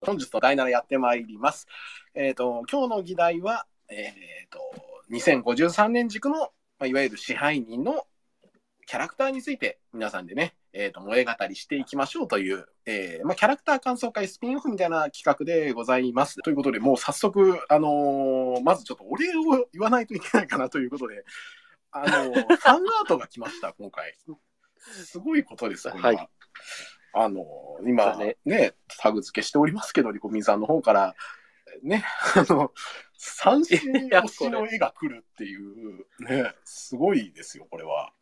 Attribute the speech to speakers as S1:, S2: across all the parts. S1: 本日の第7やってまいります。えっ、と、今日の議題は、えっ、と、2053年軸の、まあ、いわゆる支配人のキャラクターについて、皆さんでね、えっ、と、萌え語りしていきましょうという、えーまあ、キャラクター感想会スピンオフみたいな企画でございます。ということで、もう早速、あのーまずちょっとお礼を言わないといけないかなということで、あのーファンアートが来ました、今回。すごいことです、これは。
S2: はい
S1: あのー今
S2: そうだね
S1: ねタグ付けしておりますけど、リコミンさんの方から、ね、 あの、三振推しの絵が来るっていう、ね、すごいですよ、これは。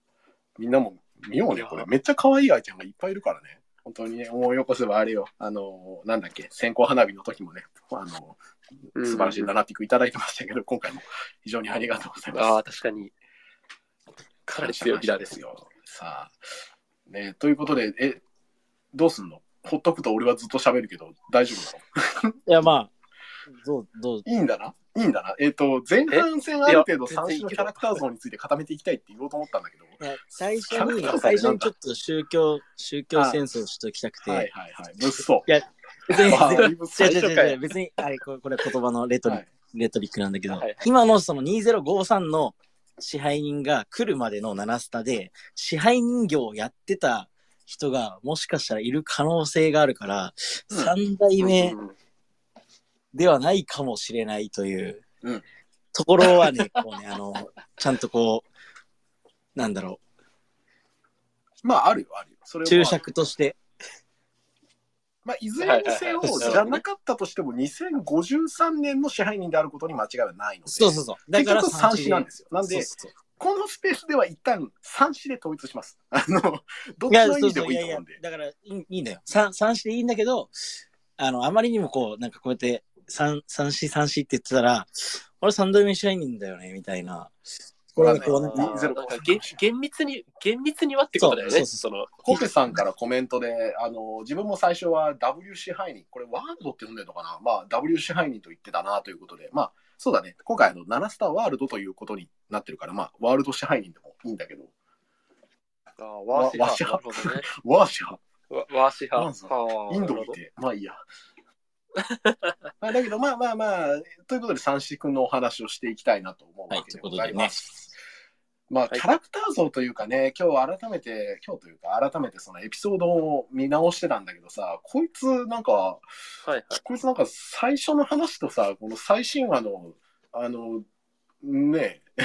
S1: みんなも見ようね、これ。めっちゃ可愛いアイちゃんがいっぱいいるからね。本当にね、思い起こせばあれよ、あの、なんだっけ、線香花火の時もね、あの、素晴らしい
S2: な。
S1: 7ピックいただいてましたけど、今回も非常にありがとうございます。
S2: ああ、確かに。かなり強気だですよ。
S1: よ。さあ、ね、ということで、え、どうすんのほっとくと俺はずっと喋るけど、大丈夫ない
S3: や、まあ、どう、どう、
S1: のいいんだないいんだなえっ、と、前半戦ある程度三種のキャラクター像について固めていきたいって言おうと思ったんだけど、
S3: いや最初
S1: 神
S3: に
S1: 様、
S3: 最初にちょっと宗教、宗教戦争しときたくて、
S1: はいはいはい、物騒。
S3: いや別に、
S1: あー
S3: 違う
S1: 最
S3: 違う
S1: 初
S3: 違
S1: か
S3: う違
S1: よ
S3: う別に、はい、これこれ言葉のレトリ,、
S1: はい
S3: レトリックなんだけど、
S2: はいはい
S3: 今のその2053の支配人が来るまでの7スタで、支配人形をやってた人がもしかしたらいる可能性があるから、
S1: うん
S3: 3代目
S1: うん
S3: ではないかもしれないという、
S1: うん
S3: ところはね、こうね、あの、ちゃんとこう、なんだろう、
S1: まあ、あるよ、あるよ。それは
S3: 注釈として。
S1: まあ、いずれにせよ、
S2: はいはいはい
S1: じゃなかったとしても、2053年の支配人であることに間違いはないので、
S3: そうそうそう。だ
S1: 結
S3: から。
S1: 局三種なんですすよ。なん
S3: そう
S1: で、
S3: そうそう
S1: このスペースでは一旦三種で統一します。 あの、どっ
S3: い
S1: ち
S3: や、
S1: の
S3: そ
S1: 意
S3: う
S1: 味で
S3: そ
S1: も
S3: う。い
S1: いい
S3: や
S1: と
S3: い
S1: 思
S3: や
S1: うんで。、
S3: だからいいいいんだよ。三三種でいいんだけど、あの、あまりにもこう、なんかこうやって、三、三種三種って言ってたら、俺三度目支配人だよね、みたいな。これがこう、なん
S1: あ
S3: か
S1: ー、
S2: なんか厳厳密に、厳密にはってことだよね。
S3: そう
S2: そ
S3: そ
S2: の
S1: コペさんからコメントで、あの、自分も最初は W 支配人、これワールドって呼んでるのかなまあ、W 支配人と言ってたなということで、まあ、そうだね。今回、あの、7スターワールドということになってるから、まあ、ワールド支配人でもいいんだけど、
S2: あーワーシ
S1: わし
S2: ハ。
S1: は
S2: なるほどね
S1: ワーシャ
S2: わワーシハ。
S1: なんすかインドにいて、まあいいや。 まあだけど、まあまあまあ、ということで、三四君のお話をしていきたいなと思うわけでございます。まあ、
S2: はい
S1: キャラクター像というかね、今日改めて、今日というか、改めてそのエピソードを見直してたんだけどさ、こいつなんか、
S2: はいはい
S1: こいつなんか最初の話とさ、この最新話の、あの、ねえ、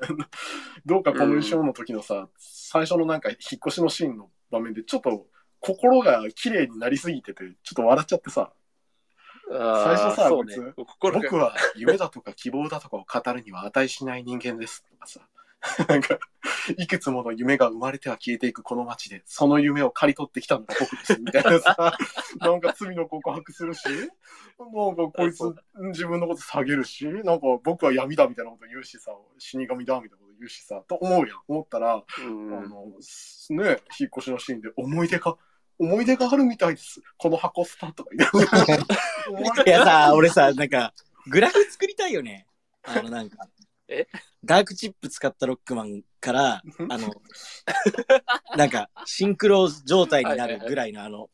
S1: どうかこの衣装の時のさ、最初のなんか引っ越しのシーンの場面で、ちょっと心が綺麗になりすぎてて、ちょっと笑っちゃってさ、
S2: あー
S1: 最初さ
S2: そうね
S1: こいつ
S2: 心が
S1: 僕は夢だとか希望だとかを語るには値しない人間ですとかさ、 なんか、いくつもの夢が生まれては消えていくこの街で、その夢を刈り取ってきたのが僕です、みたいな さ、なんか罪の告白するし、なんかこいつ自分のこと下げるし、なんか僕は闇だみたいなこと言うしさ、死神だみたいなこと言うしさ、と思うやん。思ったら、
S2: うん
S1: あの、すね、引っ越しのシーンで思い出が、思い出があるみたいです。この箱スターとか言って。
S3: いやさ、俺さ、なんか、グラフ作りたいよね。あの、なんか。
S2: え
S3: ダークチップ使ったロックマンから、
S1: うん
S3: あの、なんか、シンクロ状態になるぐらいの、あの、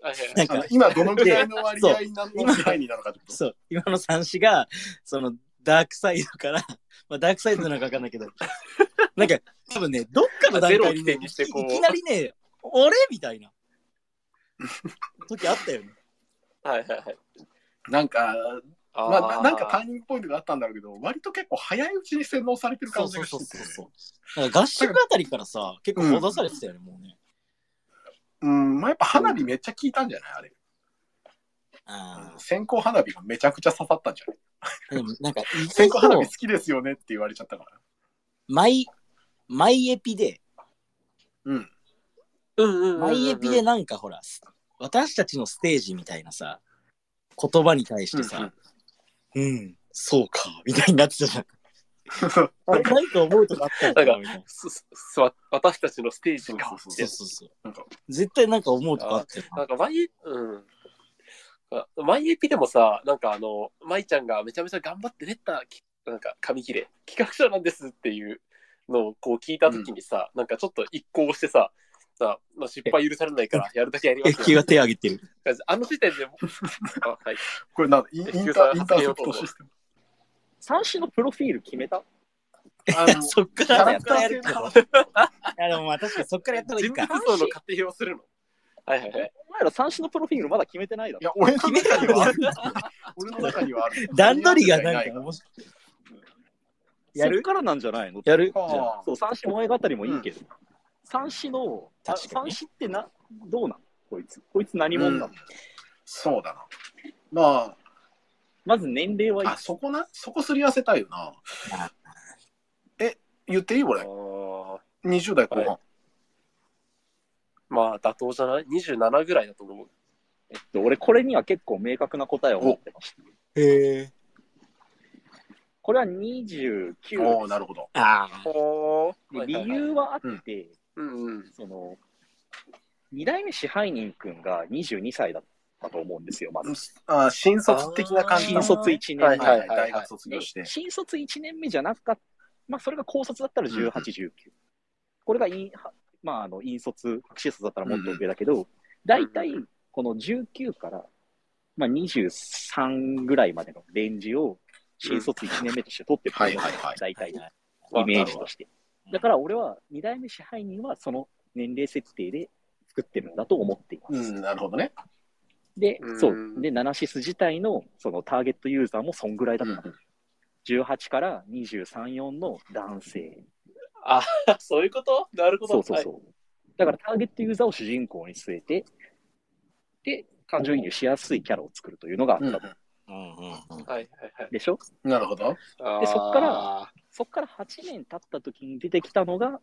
S2: はいはいは
S3: ないん
S1: あ
S3: か
S1: の、今どのぐらいの割合なの支配人なのかってこと
S3: そう、今の三子が、その、ダークサイドから、 まあ、ダークサイドなのか分かんないけど、 なんか、多分ね、どっかの段
S2: ゼ
S3: 階
S2: ロを起
S3: ね
S2: 点にしてこう
S3: いきいきなりね、俺みたいな、時あったよね。
S2: はいはいはい。
S1: なんか、
S2: あー
S1: まあ、ななんかターニングポイントがあったんだろうけど、割と結構早いうちに洗脳されてる
S3: そ
S1: 感
S3: う
S1: じ
S3: そう
S1: がして
S3: そう
S1: て。
S3: そう。なんか合宿あたりからさ、結構戻されてたよね、もうね。
S1: うん、まあ、やっぱ花火めっちゃ効いたんじゃないあれ。
S3: あ
S1: 線香花火がめちゃくちゃ刺さったんじゃない
S3: あ、でもなんか、意
S1: 線
S3: 外
S1: 香花
S3: と
S1: 火好、きですよねって言われちゃったから。
S3: 毎、毎エピで、
S1: うん。
S2: うんうんうんうん。
S3: マイエピでなんかほら、私たちのステージみたいなさ、言葉に対してさ、うん、そうか、みたいになってたじゃん。あ何か思うとかあったのかなみたいな。
S2: すすすわ私たちのステージか。
S1: そう
S3: そうそうそう。
S1: なんか、
S3: 絶対なんか思うとかあったよ
S2: なんか前、うん。あ前エピでもさ、なんかあの、舞ちゃんがめちゃめちゃ頑張って練った、きなんか紙切れ、企画書なんですっていうのをこう聞いたときにさ、なんかちょっと一行してさ、さまあ、失敗許されないから、やるだけやりま
S3: 野
S2: す
S3: 球
S2: よ
S3: が。手を挙げてる。
S2: あの時点でも う、あ はい。
S1: これなんだインインターインターセプトシステム。
S4: 三種のプロフィール決めた
S1: あ の
S3: そっか
S1: キャ
S3: ら
S1: ラ
S3: やっ
S1: クタ
S3: た
S1: ー
S3: らや
S1: 性
S3: る
S1: の
S3: か。
S1: 話
S3: いやでもまあ確かにそっからやった方がいい
S2: 人
S3: か。
S2: 物像の仮定をするの。はいはいはい。
S4: お前ら三種のプロフィールまだ決めてないだ
S1: い
S4: ろ。
S1: や、俺の中にはある。俺の中にはある。
S3: 段取りがなんか面白い。や
S4: そっ
S3: る
S4: からなんじゃないの
S3: やる
S1: あー
S3: じゃあ
S4: そう、三種萌え語りもいいけど。三種の、あ
S3: 確か
S4: 三
S3: にね
S4: 種ってな、どうなのこいつ。こいつ何者なの、
S1: うんそうだな。ま
S4: まず年齢はいい
S1: あ、あ、そこな、そこすり合わせたいよな。え、言っていい
S2: あ
S1: 俺。
S2: ー
S1: 20代後半。
S2: まあ、妥当じゃない ?27 ぐらいだと思う。
S4: えっと、俺これには結構明確な答えを持ってました。
S3: へえ。
S4: これは29です
S1: おおなるほど。
S3: ああ。
S2: ほ
S4: で理由はあって、
S2: うんうん。
S4: その、二代目支配人くんが22歳だったと思うんですよ、まず。
S1: あ新卒的な感じだ
S4: 新
S1: もん
S4: 卒1年目。
S2: はいはい
S1: はい大学卒業して
S4: で。新卒1年目じゃなかった、まあ、それが高卒だったら
S1: うん
S4: 18、19。これがイン、はまあ、あの、引卒、博士卒だったらもっと上だけど、大体、この19から、まあ、23ぐらいまでのレンジを、新卒1年目として取ってると思うんですよ、
S1: はいはいはい
S4: 大体、
S3: はいは
S4: イメージとして。だから、俺は、2代目支配人は、その年齢設定で作ってるんだと思っていま
S1: う
S4: す。
S1: ん、なるほどね。
S4: で
S2: う、ん
S4: そう。で、ナナシス自体の、そのターゲットユーザーもそんぐらいだった。18から23、4の男性。
S2: そういうことなるほど。
S4: そうそう
S2: はい
S4: そう。だからターゲットユーザーを主人公に据えて、で、感情移入しやすいキャラを作るというのがあった
S1: う
S4: の、
S1: ん
S3: うんうんう
S2: は
S3: ん。
S2: いはい
S4: でしょ
S1: うんなるほど。
S2: はい。
S4: でそっから
S2: あ
S4: そこから8年経った時に出てきたのが、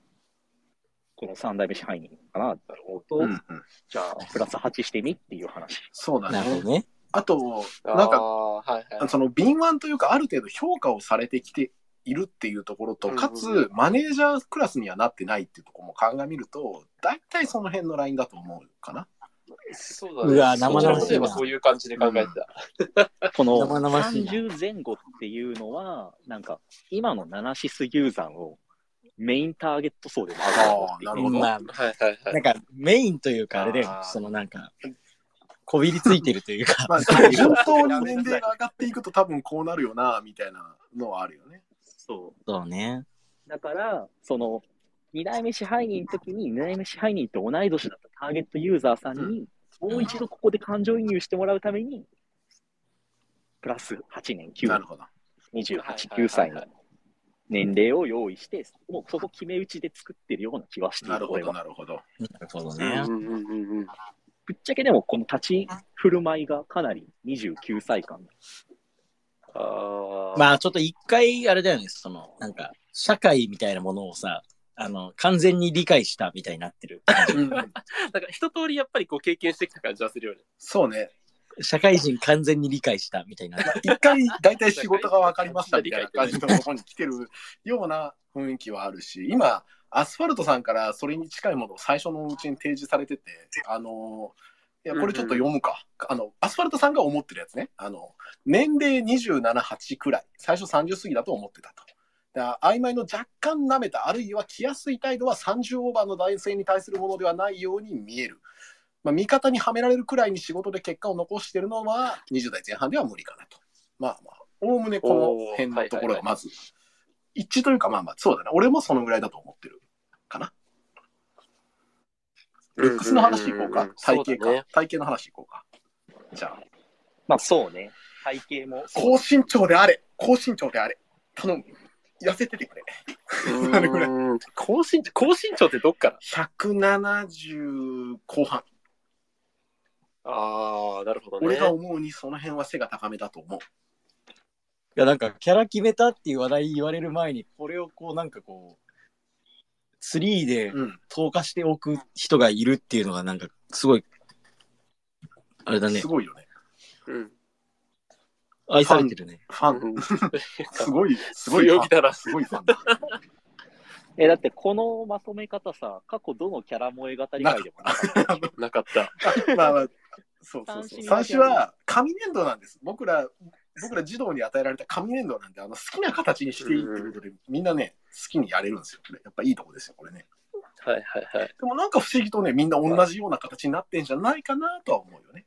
S4: この三代目支配人かなって思うと、
S1: うんうん
S4: じゃあ、プラス8してみっていう話。
S1: そうだ
S3: なるほ
S1: ね。
S3: どね。
S1: あと、
S2: ー
S1: なんか、
S2: あーはいはい。
S1: その敏腕というか、ある程度評価をされてきているっていうところと、
S2: うん
S1: かつ、マネージャークラスにはなってないっていうところも鑑みると、大体その辺のラインだと思うかな。
S2: そうだね。
S3: うわ生
S4: 々しい
S2: そういえば
S4: な
S2: そういう感じで考えてた。
S4: この
S3: 生々しいな
S4: 30前後っていうのは、なんか、今のナナシスユーザーをメインターゲット層でもある
S1: あーなるほど
S3: まあ
S2: はいはいは
S3: ないん。かメインというかあれだよ
S2: あー
S3: そのなんかこびりついてるというか
S1: まあ、順当に年齢が上がっていくと、多分こうなるよな、みたいなのはあるよね。
S4: そ
S3: そうね
S4: う。だから、その、二代目支配人の時に、二代目支配人と同い年だったターゲットユーザーさんに、もう一度ここで感情移入してもらうために、プラス8年、9
S1: なる、
S4: 年
S1: ほど。
S4: 28、
S2: はいはいはいはい
S4: 9歳の年齢を用意して、もうそこ決め打ちで作ってるような気はしてい
S1: なる
S4: る、
S1: ほ
S4: 俺
S1: ど、
S4: は。
S1: なるほど。
S3: なるほど
S2: うん
S3: ね
S2: うんうんうんうん。
S4: ぶっちゃけでも、この立ち振る舞いがかなり29歳間
S2: ああ。
S3: まあちょっと一回あれだよねそのなんか社会みたいなものをさあの完全に理解したみたいになって る
S1: うん
S2: なんか一通りやっぱりこう経験してきた感じはするよね。
S1: そうね。
S3: 社会人完全に理解したみたいになってる
S1: 一回、大体仕事が分かりましたみたいな感じのところに来てるような雰囲気はあるし、今、アスファルトさんからそれに近いものを最初のうちに提示されてて、あの、いや、これちょっと読むか。あの、アスファルトさんが思ってるやつね。あの、年齢27、8くらい。最初30過ぎだと思ってたと。だから曖昧の若干舐めた、あるいは気やすい態度は30オーバーの男性に対するものではないように見える。まあ、味方にはめられるくらいに仕事で結果を残してるのは20代前半では無理かなと。まあまあ、おおむねこの辺のところがまず、一致というかまあまあ、そうだね。俺もそのぐらいだと思ってるかな。ルックスの話いこうか。体型か。
S2: そうだね
S1: 体型の話いこうか。じゃあ、
S4: まあそうね。体型もそう
S1: 高身長であれ高身長であれ頼む。痩せててくれ。
S2: う
S1: なるこれ
S2: ーん 高身長、高身長ってどっから
S1: 170後半。
S2: ああ、なるほどね。
S1: 俺が思うにその辺は背が高めだと思う。
S3: いやなんかキャラ決めたっていう話題言われる前にこれをこうなんかこうツリーで
S1: うん。
S3: 投下しておく人がいるっていうのがなんかすごいあれだね
S1: すごいよね。
S2: うん。
S3: 愛されてるね
S1: ファン。すごい、すごいフ
S2: 強
S1: ァ
S2: 気
S1: ン。
S2: だな。
S1: すごいファンだ。
S4: え、だってこのまとめ方さ、過去どのキャラ萌え語り会でもなかった。
S2: なかっ た。
S1: まあまあ、そうそうそう。三
S4: 三
S1: 種
S4: 種
S1: は紙粘土なんです。僕ら、僕ら児童に与えられた紙粘土なんで、あの好きな形にしていいってことで、みんなね、好きにやれるんですよ。これやっぱいいとこですよ、これね。
S2: はいはいはい。
S1: でもなんか不思議とね、みんな同じような形になってんじゃないかなとは思うよね。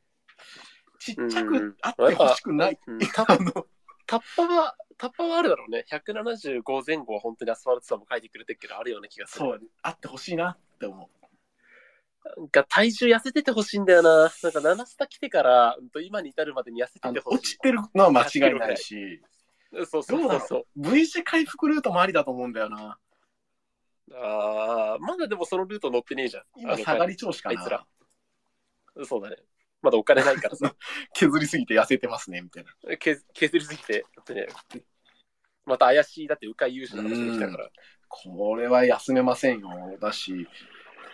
S1: ちっちゃ
S2: うんうん
S1: くあってほしくない。
S2: うん
S1: あの、
S2: タッパは、タッパはあるだろうね。175前後は本当にアスファルトさんも書いてくれてるけど、あるような気がする。
S1: そう、あってほしいなって思う。
S2: が体重痩せててほしいんだよな。なんか7スタ来てから、うんと今に至るまでに痩せて
S1: あ
S2: て
S1: の
S2: ほ
S1: 落
S2: し
S1: ちてるのは間違いないし、
S2: い。そう
S1: ど
S2: そう
S1: う
S2: そ
S1: だ
S2: うそ
S1: ろう。V 字回復ルートもありだと思うんだよな。
S2: う。ああ、まだでもそのルート乗ってねえじゃん。あ
S1: 今、
S2: の
S1: 下がり調子か
S2: あいつら
S1: な。
S2: そうだね。まだお金ないからさ。
S1: 削りすぎて痩せてますね、みたいな。
S2: 削削りすぎて、だってね、また怪しい、だって、うかい優秀な話が来たから。
S1: これは休めませんよ。だし、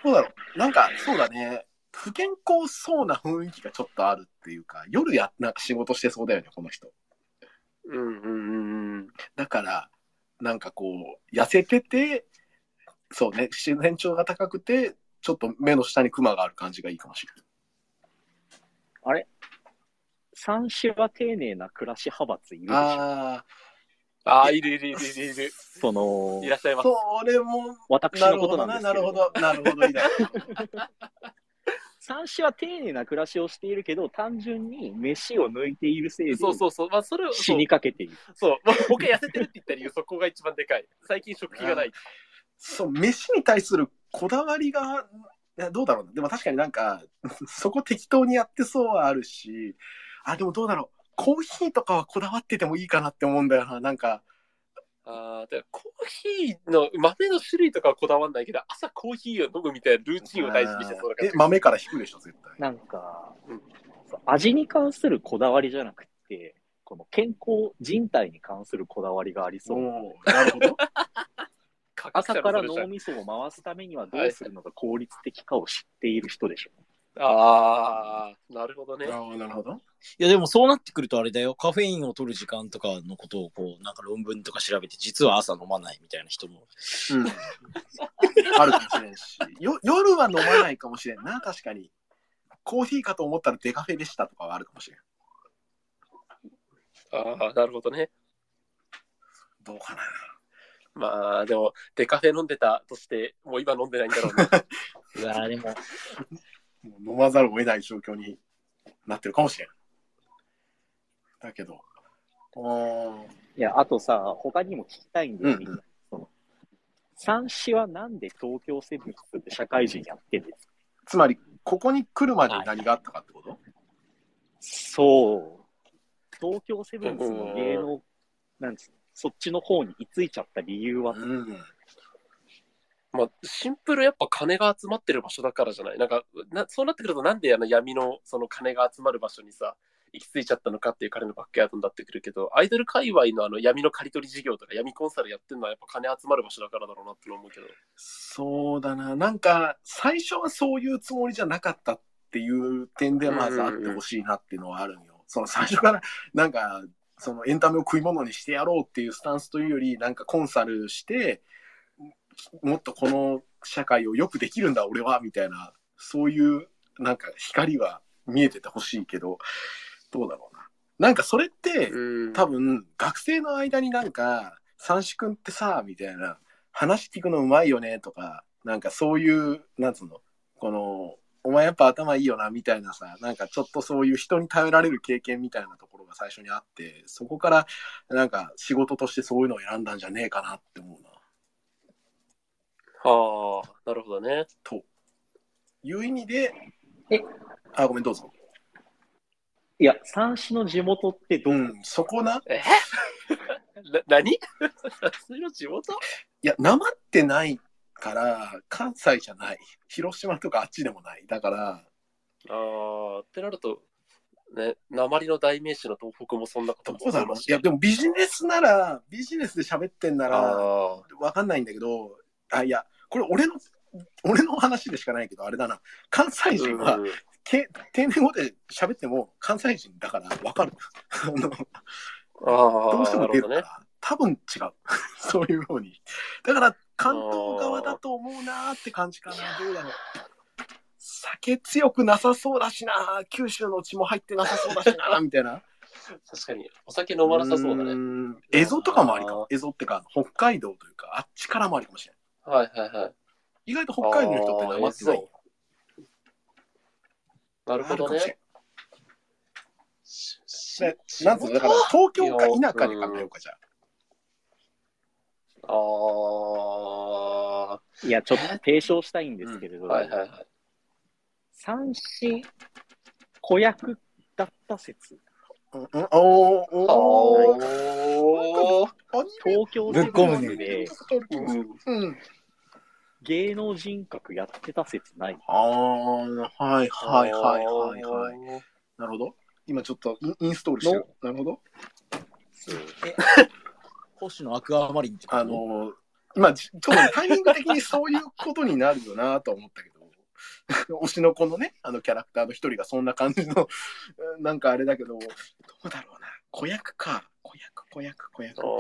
S1: どうだろう。なんか、そうだね。不健康そうな雰囲気がちょっとあるっていうか、夜や、なんか仕事してそうだよね、この人。
S2: うんうんうんうん。
S1: だから、なんかこう、痩せてて、そうね、自然長が高くて、ちょっと目の下にクマがある感じがいいかもしれない。
S4: 三種は丁寧な暮らし派閥いるでしょ。
S1: あ
S2: ああ、いるいるいるいるいる。
S4: その
S2: い、らっしゃい
S1: あ、
S2: ます。
S1: それも、
S4: 私
S1: な
S4: の
S1: るほ
S4: こと
S1: ど
S4: なんで
S1: な、
S4: す
S1: なる
S4: けれ
S1: ほ
S4: ど。
S1: ど、なるほど、いいな。
S4: 三種は丁寧な暮らしをしているけど、単純に飯を抜いているせいで、
S2: そうそうそう。まあ、それを、
S4: 死
S2: そう
S4: に、かけている。
S2: そうまあ僕が痩せてるって言った理由、そこが一番でかい。最近食費がない。
S1: そう、飯に対するこだわりが、いやどうだろうな。でも確かになんか、 そこ適当にやってそうはあるし、あ、でもどうだろう。コーヒーとかはこだわっててもいいかなって思うんだよな。なんか、
S2: ああ、だからコーヒーの豆の種類とかはこだわんないけど、朝コーヒーを飲むみたいなルーチンを大事にしてそうだから。
S1: え、豆から引くでしょ、絶対。
S4: なんか
S2: うん、
S4: 味に関するこだわりじゃなくて、この健康、人体に関するこだわりがありそう。
S1: おーなるほ ど。
S2: 価格
S4: 朝
S2: 者の
S4: から
S2: それじゃ
S4: 脳
S2: ん
S4: みそを回すためにはどうするのが効率的かを知っている人でしょ。
S2: ああ、なるほどね。
S1: あーなるほど。
S3: いやでもそうなってくるとあれだよカフェインを取る時間とかのことをこうなんか論文とか調べて実は朝飲まないみたいな人も
S1: うん、あるかもしれんしよ夜は飲まないかもしれんな確かにコーヒーかと思ったらデカフェでしたとかはあるかもしれん
S2: ああ、なるほどね。
S1: どうかな
S2: まあ、でも、デカフェ飲んでたとして、もう今飲んでないんだろうね。
S3: うわーでも
S1: もう飲まざるを得ない状況になってるかもしれんだけどお
S4: いや、あとさ、他にも聞きたいんだよ、
S1: うん
S4: みんな。その三種はなんで東京セブンスって社会人やってんですか
S1: つまりここに来るまでに何があったかってこと、
S4: そう。東京セブンスの芸能、なんつうのそっちの方に居ついちゃった理由は、
S1: うん
S2: まあ、シンプルやっぱ金が集まってる場所だからじゃないなんかな、そうなってくるとなんであの闇のその金が集まる場所にさ、行き着いちゃったのかっていう彼のバックヤードになってくるけど、アイドル界隈のあの闇の刈り取り事業とか闇コンサルやってるのはやっぱ金集まる場所だからだろうなってのは思うけど。
S1: そうだななんか最初はそういうつもりじゃなかったっていう点でまずあってほしいなっていうのはあるんよ。その最初からなんかそのエンタメを食い物にしてやろうっていうスタンスというよりなんかコンサルしてもっとこの社会をよくできるんだ俺はみたいなそういうなんか光は見えててほしいけどどうだろうな。なんかそれって、
S2: うん
S1: 多分学生の間になんか「三種君ってさ」みたいな「話聞くのうまいよね」とかなんかそういうなんつうのこの「お前やっぱ頭いいよな」みたいなさなんかちょっとそういう人に頼られる経験みたいなところが最初にあってそこからなんか仕事としてそういうのを選んだんじゃねえかなって思うな。
S2: はあ、なるほどね。
S1: という意味で
S4: え
S1: あごめんどうぞ。
S4: いや、三種の地元ってど
S1: う
S4: う、
S1: んそこな
S2: えな、何 それの地元
S1: いや、なまってないから、関西じゃない。広島とかあっちでもない。だから、
S2: ああ、ってなると、ね、鉛の代名詞の東北もそんなこと
S1: ど
S2: も
S1: こだろう
S2: し
S1: いや、でもビジネスなら、ビジネスで喋ってんなら、
S2: ああ、
S1: わかんないんだけど、あ、いや、これ俺の、俺の話でしかないけど、あれだな。関西人は、
S2: うんうん
S1: け定年後で喋っても、関西人だからわかる。 あの
S2: ああ、
S1: どうしても出るか
S2: なほど
S1: ら、
S2: ね。
S1: 多分違う。 そういうふうに。だから、関東側だと思うなーって感じかな。どうだろう。酒強くなさそうだしなー、九州の血も入ってなさそうだしなー、みたいな。
S2: 確かに、お酒飲まなさそうだ
S1: ー
S2: ね。
S1: ん。蝦夷とかもありか
S2: あー
S1: も。蝦夷ってか、北海道というか、あっちからもありかもしれない。
S2: はいはいはい。
S1: 意外と北海道の人って黙ってない
S2: あーえー。なるほどね。
S1: でなんつうのだから東京か田舎で考えようかじゃあ。
S2: ああ、はい
S4: や、ちょっと提唱したいんですけれど、
S2: いはいはい。
S4: 三子子役だった説。
S1: うんうん、おー
S2: あ
S1: おー
S2: お
S1: アニメ
S4: 東京
S3: ぶっ込む
S4: で
S1: うん。
S4: 芸能人格やってた説ない。
S1: ああ、はいはいはいはいはい。
S2: い。
S1: なるほど。今ちょっとインインストールしてる。なるほど。
S3: 星野アクアマリンってこと
S1: あのー、今、ちょっとタイミング的にそういうことになるよなと思ったけど、 推しの子のね、あのキャラクターの一人がそんな感じの、 うんなんかあれだけど、どうだろうな。子役か。子役、子役、子役
S2: あ。ー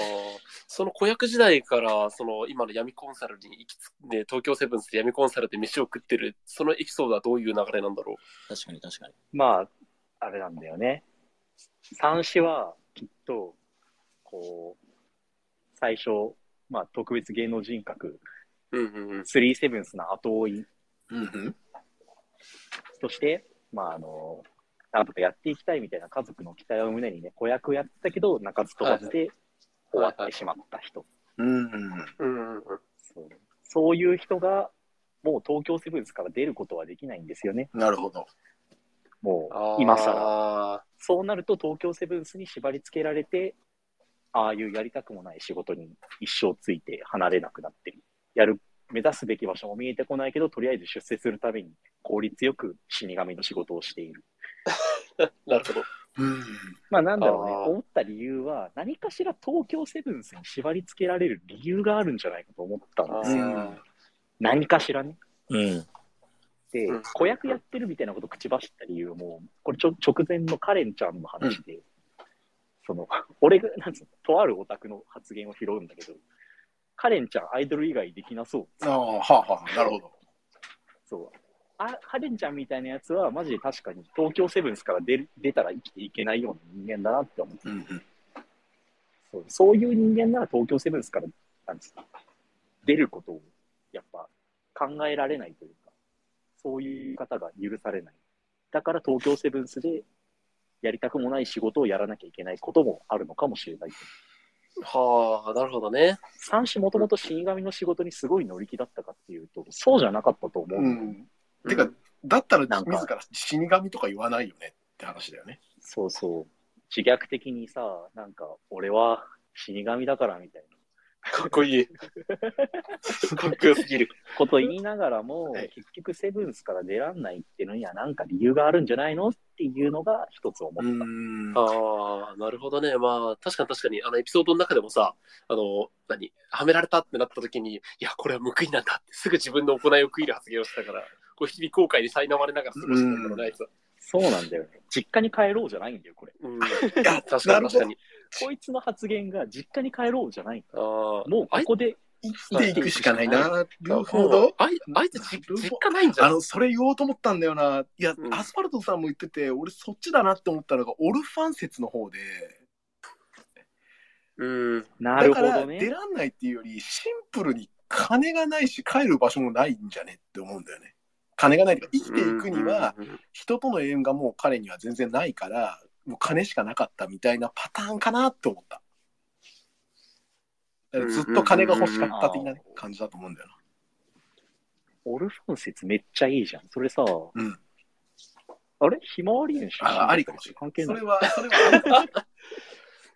S2: その子役時代からその今の闇コンサルに行きつで東京セブンスで闇コンサルで飯を食ってるそのエピソードはどういう流れなんだろ
S3: 確かに確かに。
S4: まあ、あれなんだよね。三子はきっと、こう、最初、まあ、特別芸能人格、
S2: う。うんうんうん。
S4: スリーセブンスの後追い
S1: うんうん。
S4: として、まあ、あの、なんとかやっていきたいみたいな家族の期待を胸にね、子役をやってたけど、泣かず飛ばずで終わってしまった人。
S1: うん。
S2: うんうんうん。
S4: そうそういう人が、もう東京セブンスから出ることはできないんですよね。
S1: なるほど。
S4: も
S2: あ
S4: う、
S2: ー
S4: 今更。そうなると東京セブンスに縛り付けられて、ああいうやりたくもない仕事に一生ついて離れなくなってる。やる、目指すべき場所も見えてこないけど、とりあえず出世するために効率よく死神の仕事をしている。
S2: なるほど。
S1: うん。
S4: まあなんだろうね、
S2: あー
S4: 思った理由は、何かしら東京セブンスに縛り付けられる理由があるんじゃないかと思ったん
S2: あ
S4: ですよ。
S2: ー
S4: 何かしらね。
S3: うん。
S4: で
S2: うん、
S4: 子役やってるみたいなこと口走った理由も、これちょ直前のカレンちゃんの話で、その、 俺が、なんつうの、とあるオタクの発言を拾うんだけど、カレンちゃんアイドル以外できなそう。
S1: ああ、はあはあ、なるほど。
S4: そう。あカレンちゃんみたいなやつは、マジで確かに東京セブンスから出る出たら生きていけないような人間だなって思う。
S1: うんうん。
S4: そうそういう人間なら東京セブンスから、なんつうの、出ることを、やっぱ考えられないというか、そういう方が許されない。だから東京セブンスで、やりたくもない仕事をやらなきゃいけないこともあるのかもしれない。
S2: はあ、なるほどね。
S4: 三種もともと死神の仕事にすごい乗り気だったかっていうと、そうじゃなかったと思う。
S1: うん。てか、だったら
S4: なんか
S1: 自ら死神とか言わないよねって話だよね。
S4: そうそう。自虐的にさ、なんか、俺は死神だからみたいな
S2: かっこいい。かっこよすぎる。
S4: こと言いながらも、
S1: はい
S4: 結局セブンスから出らんないっていうのにはなんか理由があるんじゃないのっていうのが一つ思った。
S1: ん
S2: ああ、なるほどね。まあ、確かに確かに、あの、エピソードの中でもさ、あの、何、はめられたってなった時に、いや、これは報いなんだって、すぐ自分の行いを食いる発言をしたから、こう、日々後悔に苛まれながら過ごしてたんだろうな、あいつは。
S4: そうなんだよね。実家に帰ろうじゃないんだよ、これ。
S2: うん。
S1: いや
S2: 確
S1: な
S2: か
S1: るほ
S2: に確
S1: ど
S2: かに。
S4: こいつの発言が実家に帰ろうじゃない。
S2: ああ、
S4: もうここで
S1: 生きていくしかないな。なるほ
S2: もう
S1: ど。
S2: あいあいつ実実家ないんじゃ
S1: あ
S2: ん。
S1: の、それ言おうと思ったんだよな。いや、
S2: うん
S1: アスファルトさんも言ってて、俺そっちだなって思ったのが、オルファン説の方で、
S2: うん。
S4: な
S1: だ
S4: る
S1: か
S4: ほ
S1: ら
S4: ど
S1: 出
S4: ね。
S1: らんないっていうより、シンプルに金がないし、帰る場所もないんじゃねって思うんだよね。金がないとか、生きていくには、
S2: うん、
S1: 人との縁がもう彼には全然ないから、もう金しかなかったみたいなパターンかなって思った。だからずっと金が欲しかった的なね
S4: うん
S1: 感じだと思うんだよな。
S4: オルファン説めっちゃいいじゃん。それさ、
S1: うん。
S4: あれひまわり園出身
S1: あありかもしれない。
S4: 関係
S1: そ
S4: ない
S1: れ。は、それはある。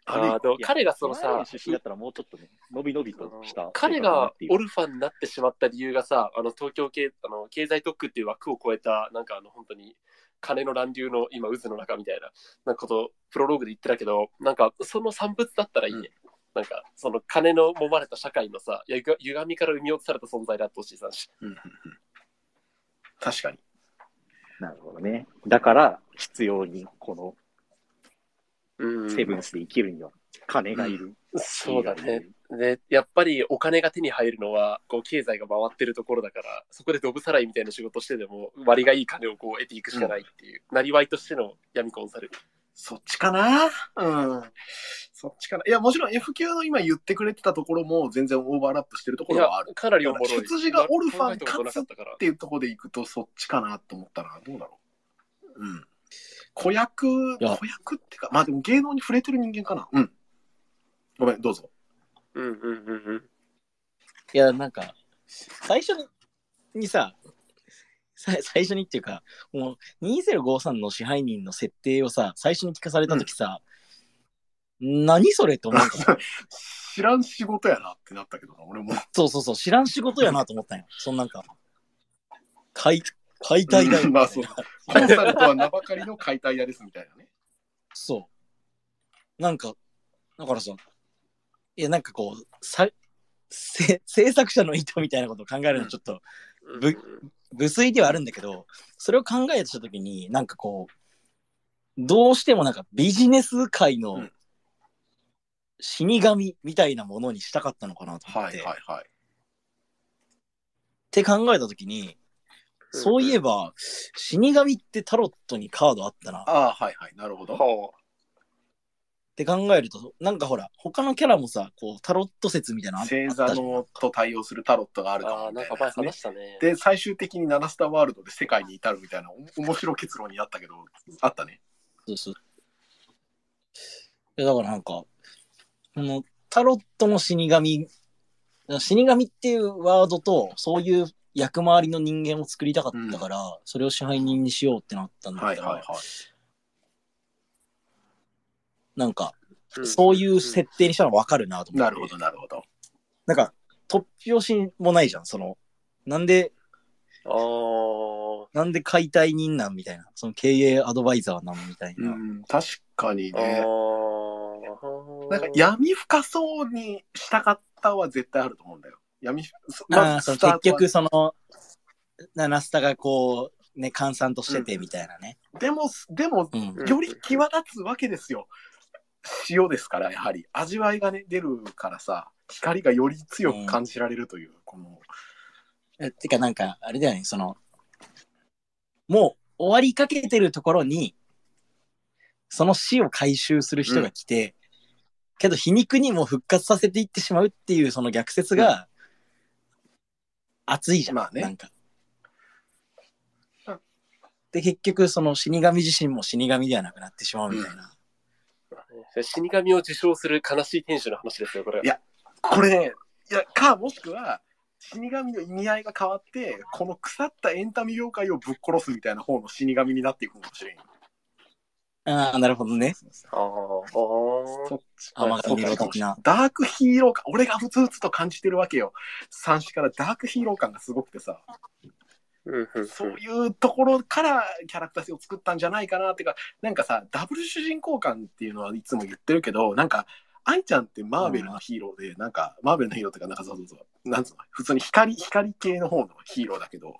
S2: ああ、でも
S4: いや
S2: 彼がその
S4: ひまわり
S2: さ
S4: 園、出身だったらもうちょっとね、のびのびとした。
S2: 彼がオ
S4: オル
S2: ルファンになってしまった理由がさ、あの東京経あの経済特区っていう枠を超えた、なんかあの本当に金の乱流の今渦の中みたいななんかこと、プロローグで言ってたけど、なんかその産物だったらいいね。なんかその金の揉まれた社会のさ、ゆが歪みから生み落とされた存在だってほしいさし。
S1: うんうんうん確かに。
S4: なるほどね。だから、必要に、この
S2: うん
S4: セブンスで生きるには、金がいる。
S2: そうだ
S4: 金がい
S2: ね。
S4: る。
S2: で、やっぱりお金が手に入るのは、こう、経済が回ってるところだから、そこでドブさらいみたいな仕事してでも、割がいい金をこう、得ていくしかないっていう、なりわいとしての闇コンサル。
S1: そっちかなうん。そっちかな。いや、もちろん F 級の今言ってくれてたところも全然オーバーラップしてるとこ
S2: い
S1: ろ
S2: や
S1: はある。っ、
S2: かなりおもろい。
S1: 羊がオルファン
S2: 考えたことなかったから。
S1: ていうところでいくとそっちかなと思ったら、どうだろう。うん。子役、子
S3: や
S1: 役ってか、まあでも芸能に触れてる人間かな。うん。ごめん、どうぞ。
S2: うんうんうんうん。
S3: いや、なんか、最初にさ、さ最初にっていうか、もう2053の支配人の設定をさ、最初に聞かされた時さ、何それと 思ったの
S1: 知らん仕事やなってなったけどな、俺も。
S3: そうそうそう、知らん仕事やなと思ったんよ。そんなんか、解解体だよ
S1: う
S3: み
S1: ん ま
S3: たい
S1: あ
S3: な。
S1: そうコンサルとは名ばかりの解体屋ですみたいな ね。
S3: そう。なんか、だからさ、いや、なんかこう、させ制作者の意図みたいなことを考えるのはちょっとぶ無粋ではあるんだけど、それを考えた時に、なんかこう、どうしてもなんかビジネス界
S1: う
S3: の
S1: ん
S3: 死神みたいなものにしたかったのかなと思
S1: は
S3: っ
S1: い
S3: て、
S1: はいはい。
S3: って考えた時に、そういえば、死神ってタロットにカードあったなっ
S1: ああ、はいはい。なるほど。
S2: は
S3: て考えると、なんかほら、他のキャラもさ、こう、タロット説みたいなのあった
S1: 星座のと対応するタロットがある
S2: あ、あ
S1: か
S2: あ、
S1: ら、
S2: なん
S1: ね
S2: か前話したね。
S1: で、最終的に七スターワールドで世界に至るみたいなお面白結論になったけど、あったね。
S3: そうそう。いやだからなんか、このタロットの死神、死神っていうワードと、そういう役回りの人間を作りたかったから、それを支配人にしようってなったんだ
S1: はい
S3: けど、
S1: はいはい。
S3: なんか、
S2: うん
S3: そういう設定にしたの分かるなと思って。
S1: なるほどなるほど。
S3: なんか、突拍子もないじゃん、その、なんで、
S2: ああ。
S3: なんで解体人なんみたいな、その経営アドバイザーなんみたいうな。
S1: ん、確かにね。
S2: ああ。
S1: なんか闇深そうにしたかったは絶対あると思うんだよ。闇深、そ
S3: あ
S1: ま
S3: あ
S1: ず
S3: その
S1: スター
S3: 結
S1: トは
S3: 局その、ナスタがこう、ね、閑散としててみたいなね。
S1: でも、でも、
S3: うん。
S2: うん
S1: より際立つわけですよ。塩ですから、やはり。味わいがね、出るからさ、光がより強く感じられるという、この、
S3: えてかなんか、あれだよね、その、もう終わりかけてるところに、その死を回収する人が来て、けど皮肉にも復活させていってしまうっていうその逆説が、熱いじゃん。
S1: まあね
S3: なんか
S1: うん。
S3: で、結局、その死神自身も死神ではなくなってしまうみたいな。
S2: 死神を受賞する悲しい天使の話ですよ、これ。
S1: いやこれね、いや、か、もしくは、死神の意味合いが変わって、この腐ったエンタメ業界をぶっ殺すみたいな方の死神になっていくかもしれん。
S3: ああ、なるほどね。
S2: ああ。あ
S1: そっち
S3: あまあ
S1: そうか
S3: ヒーロー的な
S1: ダークヒーロー感、俺がふつふつと感じてるわけよ。三子からダークヒーロー感がすごくてさ。
S2: あ。
S1: そういうところからキャラクター性を作ったんじゃないかなっていうか、なんかさ、ダブル主人公感っていうのはいつも言ってるけど、なんか、アイちゃんってマーベルのヒーローで、なんか、マーベルのヒーローっていうか、なんかそうそうそう、なんつうの、普通に光、光系の方のヒーローだけど、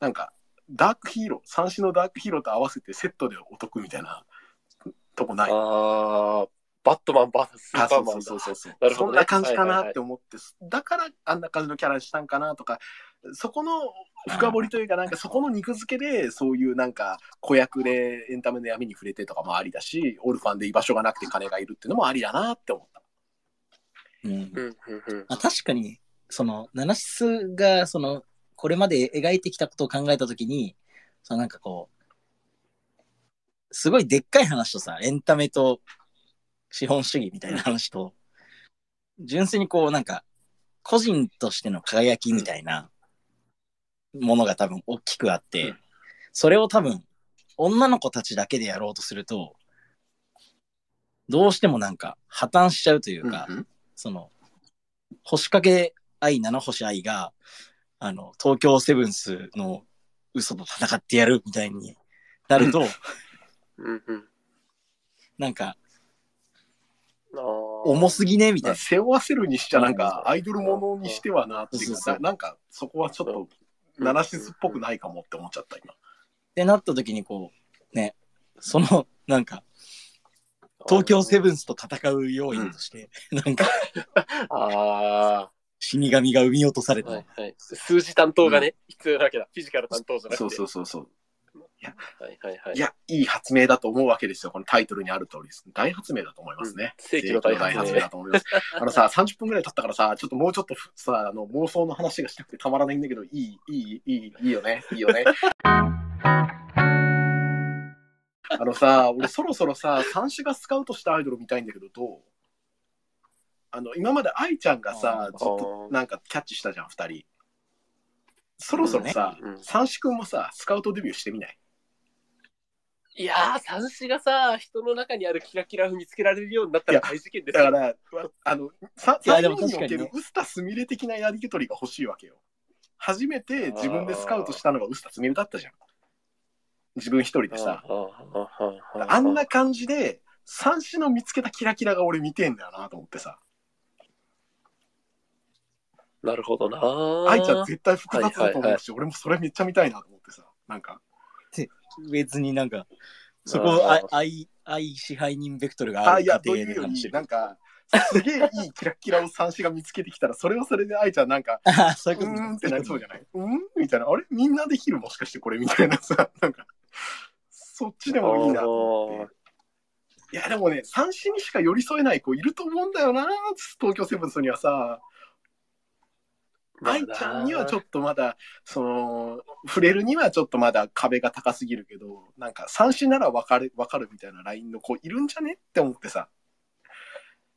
S1: なんか、ダークヒーロー、三種のダークヒーローと合わせてセットでお得みたいなとこない。
S2: ああ。バットマン VS スー
S1: あ
S2: パ
S1: そ
S2: ー
S1: う
S2: マ
S1: そ
S2: ン
S1: うそうそうそう、
S2: なるほ
S1: そ
S2: ど
S1: ん
S2: ね
S1: な感じか
S2: はいはい
S1: な
S2: はい
S1: って思って、だからあんな感じのキャラにしたんかなとかそこの深掘りというかなんかそこの肉付けでそういうなんか子役でエンタメの闇に触れてとかもありだしオルファンで居場所がなくて金がいるっていうのもありだなって思った。
S3: うん
S2: うんうんうん。
S3: まあ、確かに、その、七室が、その、これまで描いてきたことを考えたときに、そのなんかこう、すごいでっかい話とさ、エンタメと資本主義みたいな話と、純粋にこう、なんか、個人としての輝きみたいなものが多分大きくあって、
S1: うん
S3: それを多分、女の子たちだけでやろうとすると、どうしてもなんか破綻しちゃうというか、
S1: うん
S3: その、星掛愛、七星愛が、あの、東京セブンスの嘘と戦ってやるみたいになると、
S2: うんうん。
S3: なんか、
S2: ああ。
S3: 重すぎねみた
S1: ま
S3: い
S1: あ背負わせるにしちゃなんかアイドルものにしてはなっていう
S3: そう
S1: か
S3: そう
S1: ななんかそこはちょっとナナシスっぽくないかもって思っちゃった今。
S3: ってなった時にこう、ね、その、なんか、東京セブンスと戦う要因として、なんか、
S2: あ
S3: 死神が生み落とされ
S2: あ。は
S3: た
S2: いはい。数字担当がね、必要なわけだ。フィジカル担当じゃなくて。
S1: そうそうそうそう。
S2: はいはいはいい。
S1: や、いい発明だと思うわけですよ。このタイトルにある通りです。大発明だと思いますね。
S2: 世紀の大
S1: 世
S2: 発
S1: 紀
S2: 明
S1: の。だと思 います。あのさ、30分ぐらい経ったからさ、ちょっともうちょっとさ、あの妄想の話がしたくてたまらないんだけど、いい、いい、いい、いいよね、いいよね。 あのさ、俺そろそろさ、三種がスカウトしたアイドル見たいんだけど、どうあの、今まで愛ちゃんがさ、ずっとなんかキャッチしたじゃん、二人。そろそろさ、
S2: うん
S1: 三種君もさ、スカウトデビューしてみない
S2: いやー、三子がさ、人の中にあるキラキラを見つけられるようになったら
S1: いや
S2: 大事件です
S1: だか
S2: よ。
S1: ら、あの、さ
S3: いや
S1: 最
S3: で
S1: 後
S3: も
S1: におけ
S3: 確か
S1: る
S3: にね
S1: 臼田すみれ的なやり取りが欲しいわけよ。初めて自分でスカウトしたのが臼田すみれだったじゃん。自分一人でさ。
S2: あ
S1: あんな感じで、三種の見つけたキラキラが俺見てんだよなと思ってさ。
S2: なるほどな。
S1: 愛ちゃん絶対複雑だと
S2: はいはい
S1: 思
S2: は
S1: う
S2: い
S1: し、俺もそれめっちゃ見たいなと思ってさ。なんか、
S3: 別になんか、そこ、あ
S2: あー
S3: 愛、愛支配人ベクトルが
S1: あ、
S3: あ
S1: い
S3: る過
S1: や、と
S3: 程
S1: いう
S3: で
S1: よ
S3: 話して
S1: り、
S3: る
S1: なんか、すげえいいキラキラを三種が見つけてきたら、それはそれで愛ちゃんなんか、
S3: ああ、 そういう
S1: う
S3: ことね
S1: ーんってなりそうじゃないうんみたいな。あれみんなできるもしかしてこれみたいな さ。なんか、そっちでもいいなと思って。いや、でもね、三振にしか寄り添えない子いると思うんだよな。東京セブンスにはさ、愛ちゃんにはちょ
S2: っ
S1: っとまだ、その、触れるにはちょっとまだ壁が高すぎるけど、なんか三振ならわかる、わかるみたいなラインの子いるんじゃねって思ってさ。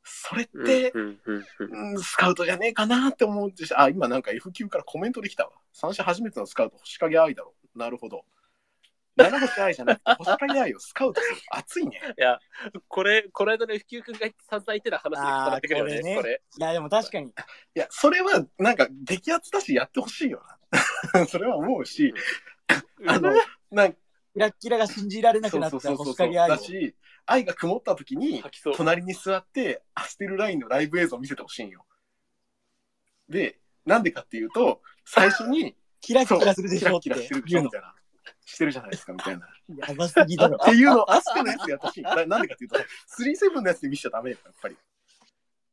S1: それって、うんスカウトじゃねえかなって思ってし、あ、今なんか F 級からコメントできたわ。三者初めてのスカウト、星影愛だろ。なるほど。七星愛じゃなくて、 星影愛をスカウトする。熱いね。
S2: いや、これ、この間の F 級君が散々言ってた話に重なってくるよね、これ
S3: あーこいや、でも確かに、
S1: いや、それはなんか激アツだし、やってほしいよな。 それは思うし、あの、なんか、
S3: キラッキラが信じられな
S1: そ
S3: く
S1: う
S3: なっ
S1: そう
S3: た
S1: そうそう
S3: 星
S1: そう。
S3: 影愛を
S1: だし、愛が曇った時に、
S2: 吐きそう。
S1: 隣に座ってアステルラインのライブ映像を見せてほしいんよ。で、なんでかっていうと、最初に、
S3: キラ
S1: そう
S3: キラす るでしょっ
S1: キ
S3: て
S1: ラキラしてるでし
S3: 言
S1: ょ
S3: う
S1: み
S3: の。
S1: たいな。してるじゃないですか、みたいな。
S3: やばすぎだろ
S1: っ。ていうのをアスカのやつでやったし、ななんでかっていうと、37のやつで見せちゃダメだよ、やっぱり。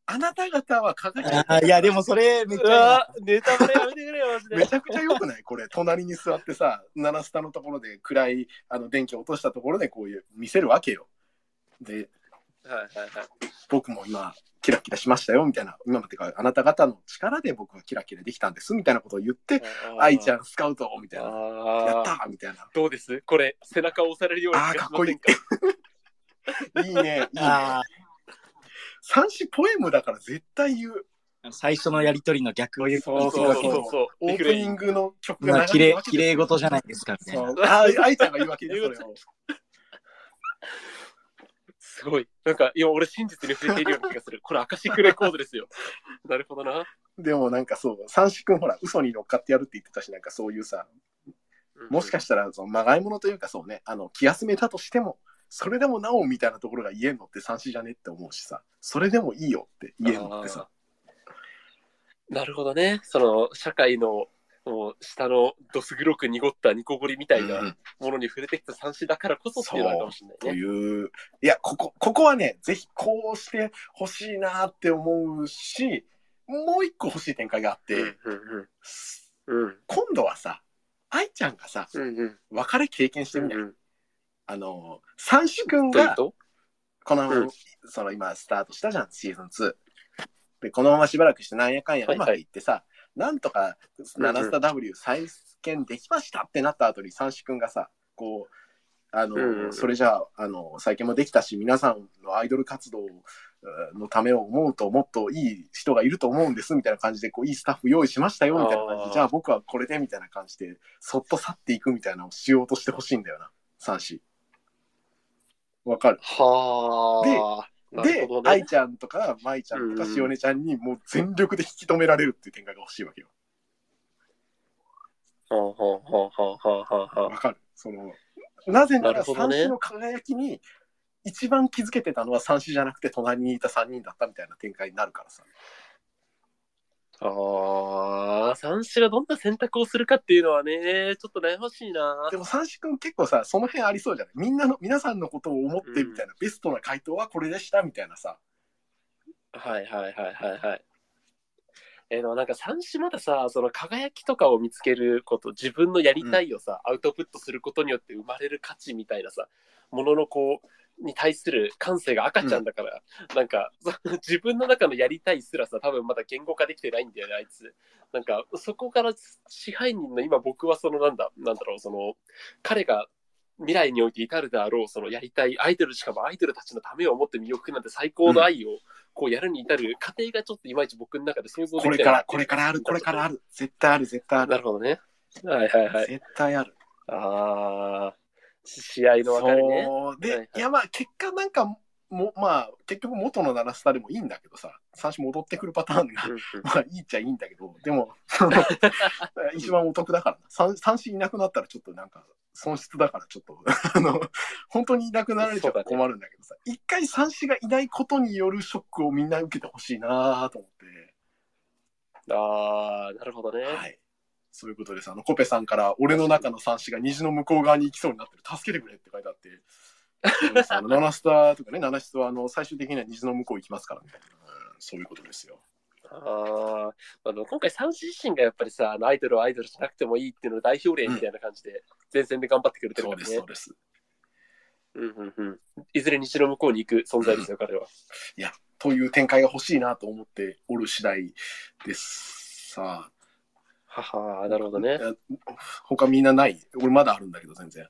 S1: あなた方は輝いてる
S3: あーいや、でもそれめっち
S2: う
S3: ゃ
S2: わネタバレやめてくれよ、マジで。
S1: めちゃくちゃ良くないこれ、隣に座ってさ、7スタのところで暗いあの電気を落としたところでこういう見せるわけよ。で、
S2: はいはいはい。
S1: 僕も今、キラキラしましたよ、みたいな。今もってか、あなた方の力で僕はキラキラできたんです、みたいなことを言って、愛ちゃ
S2: ん。
S1: んスカウト、みたいな。やっ
S2: あ
S1: た
S2: あ。
S1: ーみたいな。
S2: どうですこれ、背中を押されるように
S1: あーかっこいい
S2: 気がし
S1: いいね、いい
S3: いい
S1: ね
S3: な。あ
S1: 三子ポエムだから絶対言う。
S3: ー最初のやりとりの逆を言う
S1: そ
S2: ま
S1: う
S2: せんかそうそう
S1: そう
S2: そうそう。
S1: オープニングの曲
S3: ま
S1: が
S3: あ、き
S1: 流れ
S3: れ
S1: る
S3: い
S1: わ、けです
S3: きれ
S1: よ
S3: い事じゃないですか、みたいな。
S1: そうああいちゃんが言うわけですよ、それを。
S2: すごい。なんか、今俺真実に触れているような気がする。これ、アカシックレコードですよ。 なるほどな。
S1: でもなんかそう、三四君ほら、嘘に乗っかってやるって言ってたし、なんかそういうさ、もしか
S2: し
S1: したらそのまがいものというかそうね、あの、気休めだとしても、それでもなおみたいなところが言えんのって三四じゃねって思うしさ、それでもいいよって言えんのってさ、
S2: なるほどね。その、社会の、もう下のどす黒く濁ったニコゴリみたい
S1: うん
S2: なものに触れてきた三子だからこそっていうのはあるかもしれ
S1: と
S2: ないね。
S1: いう、いや、ここ、ここはね、ぜひこうしてほしいなって思うし、もう一個欲しい展開があって、
S2: うんうんうん
S1: 今度はさ、愛ちゃんがさ、
S2: うんうん
S1: 別れ経験して
S2: う
S1: み
S2: ん
S1: ない、
S2: うん
S1: あの、三種君
S2: という
S1: が、
S2: と
S1: この、
S2: うん
S1: その今スタートしたじゃん、シーズン2。で、このまましばらくしてなんやかんや
S2: は
S1: う
S2: いは
S1: ま
S2: い
S1: くいってさ、なんとか7スタ W 再建できましたってなった後に三四君がさ、こう、あの、
S2: うんうん
S1: それじゃあ、あの、再建もできたし、皆さんのアイドル活動うんのためを思うと、もっといい人がいると思うんです、みたいな感じで、こう、いいスタッフ用意しましたよ、みたいな感じ
S2: あー
S1: で、じゃあ僕はこれで、みたいな感じで、そっと去っていくみたいなのをしようとしてほしいんだよな、三四。わかる
S2: はあ。な
S1: で
S2: るほ、どね
S1: 愛ちゃんとか舞ちゃんとか
S2: うんうん
S1: しおねちゃんにもう全力で引き止められるっていう展開が欲しいわけよ。
S2: ほうほうほうほうほうほうほう
S1: わかるそのなぜな
S2: な
S1: ら
S2: るほど
S1: 三
S2: ね
S1: 子の輝きに一番気づけてたのは三子じゃなくて隣にいた三人だったみたいな展開になるからさ。
S2: ああ、三子がどんな選択をするかっていうのはね、ちょっと悩ましいな
S1: で。も三子くん結構さ、その辺ありそうじゃないみんなの、皆さんのことを思ってみたいな、ベストな回答はこれでしたみたいなさ。
S2: はいはいはいはいはい。えーでもなんか三種まださ、その輝きとかを見つけること、自分のやりたいをさ、アウトプットすることによって生まれる価値みたいなさ、もののこう、に対する感性が赤ちゃんだから、なんか、 その自分の中のやりたいすらさ、多分まだ言語化できてないんだよね、あいつ。なんか、そこから支配人の今僕はそのなんだ、なんだろう、その、彼が未来において至るであろう、そのやりたいアイドル、しかもアイドルたちのためを思って魅力なんて最高の愛を、こうやるに至る過程がちょっといまいち僕の中で想像でき
S1: これ
S2: て
S1: か
S2: な
S1: ら
S2: い、。
S1: これからある、これからある。絶対ある、絶対あ
S2: な
S1: る
S2: る。ほどね。はいはいはい。
S1: 絶対ある。
S2: ああ、試合の分かれね。
S1: そう。
S2: はいは
S1: で
S2: い、
S1: いや、まあ、結果なんか、もまあ、結局元の7スタでもいいんだけどさ、三種戻ってくるパターンが、 まあ、いいっちゃいいんだけど、でも、 その一番お得だからな。三三振いなくなったらちょっとなんか、損失だからちょっと、 あの、本当にいなくなられちゃうと困るんだけどさ、一、回三振がいないことによるショックをみんな受けてほしいなと思っ
S2: ああ、なるほどね。
S1: て、はい。そういうことです。あの、コペさんから、俺の中の三振が虹の向こう側に行きそうになってる。助けてくれって書いてあ って、そうですあの7スターとかね、7スターはあの最終的には虹の向こう行きますからね。うんそういうことですよ。
S2: あーあの今回、サウジ自身がやっぱりさ、あのアイドルをアイドルじゃなくてもいいっていうのの代表例みたいな感じで、前線で頑張ってくれてる
S1: そ
S2: か
S1: うで
S2: ら
S1: す、
S2: ね
S1: そう。です。
S2: うんうんうんいずれ西の向こうに行く存在ですよ、彼は。
S1: という展開が欲しいなと思っておる次第です。さ
S2: はは、なるほど
S1: あ
S2: ね。、
S1: 他みんなない俺まだあるんだけど、全 然。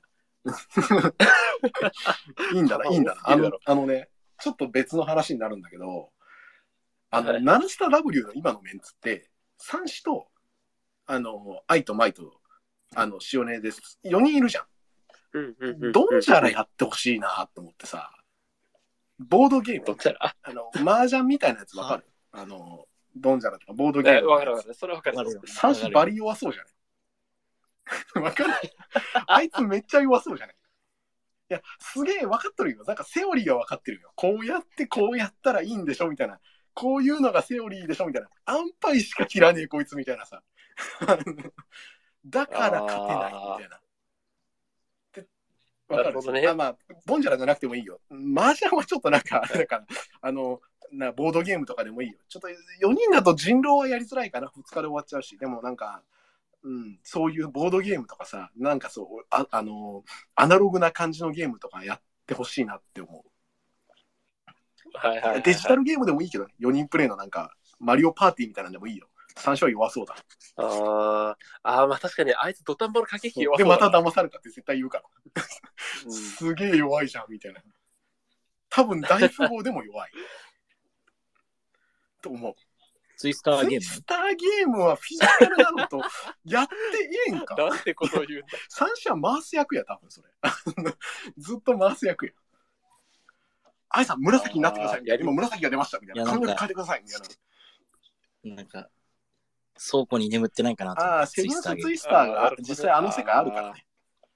S1: いいんだな、いいんだな。あ
S2: いいだ
S1: の
S2: ろ、
S1: あのね、ちょっと別の話になるんだけど、あの、
S2: はい
S1: ナルスタ W の今のメンツって、三子と、あの、愛と舞と、あの、塩根です。4人いるじゃん。
S2: うんうんうんうん
S1: ドンジャラやってほしいなと思ってさ、ボードゲーム
S2: どん、ちゃら。
S1: あの、麻雀みたいなやつわかるあの、ドンジャラとかボードゲー
S2: え、
S1: ム。
S2: わかるわかる。それはわかる。
S3: わかるよ
S1: 三子バリ弱そうじゃない わかるあいつめっちゃ弱そうじゃないいや、すげえ分かってるよ。なんかセオリーは分かってるよ。こうやってこうやったらいいんでしょみたいな。こういうのがセオリーでしょみたいな。安牌しか切らねえこいつみたいなさ。 だから勝てないみたいな。でわか
S2: なるほどね
S1: あまあ、ドンジャラじゃなくてもいいよ。麻雀はちょっとなんか、なんか、あの、なボードゲームとかでもいいよ。ちょっと4人だと人狼はやりづらいかな。2日で終わっちゃうし。でもなんか、うん、そういうボードゲームとかさ、なんかそう、ああの、アナログな感じのゲームとかやってほしいなって思う。
S2: はいはいはいはい。
S1: デジタルゲームでもいいけどね。4人プレイのなんか、マリオパーティーみたいなんでもいいよ。三勝弱そうだ。
S2: あーあー、まあ確かに、あいつ土壇場の駆け引き弱
S1: で、
S2: そう
S1: ま
S2: だ
S1: た
S2: な
S1: 騙されたって絶対言うから。
S2: うん
S1: すげえ弱いじゃん、みたいな。多分、大富豪でも弱い。 と思う。
S3: ツイスター
S1: ツ
S3: ゲ
S1: イ
S3: ー
S1: スターゲームはフィジカルなのと、 やってええんか。
S2: なんてことを言うんだ。
S1: 三者回す役や、多分それ。 ずっと回す役や。あいさん、紫になってください
S2: あーや。り
S1: 今、紫が出ました、みたい
S3: い
S1: な。
S3: やなん
S1: 髪
S3: か
S1: の毛変えてください、みたいな。
S3: ム。なんか、倉庫に眠ってないかなと思
S1: ああ、
S3: って。
S1: セ
S3: ツイ
S1: ブン
S3: スター
S1: ス
S3: ゲ
S1: ツ
S3: ー
S1: イスター
S2: あーな
S1: が
S2: るほど
S1: 実際あの世界あるからね。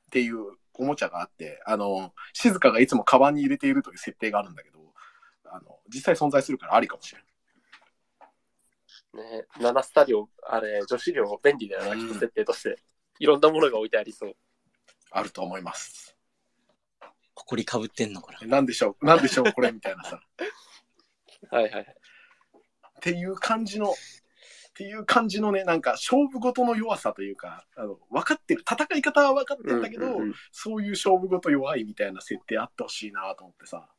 S1: っていうおもちゃがあって、あの、静香がいつもカバンに入れているという設定があるんだけど、あの、実際存在するからありかもしれない。
S2: ね、7スタ量、あれ、女子量、便利だよな、
S1: うん
S2: きっと設定として。いろんなものが置いてありそう。
S1: あると思います。
S3: ほこりかぶってんのかな。
S1: なんでしょう、なんでしょう、これみたいなさ。
S2: はいはいはい。
S1: っていう感じの、っていう感じのね、なんか勝負事の弱さというか、あの分かってる、戦い方は分かってるんだけど、
S2: うんうんうん
S1: そういう勝負事弱いみたいな設定あってほしいなと思ってさ。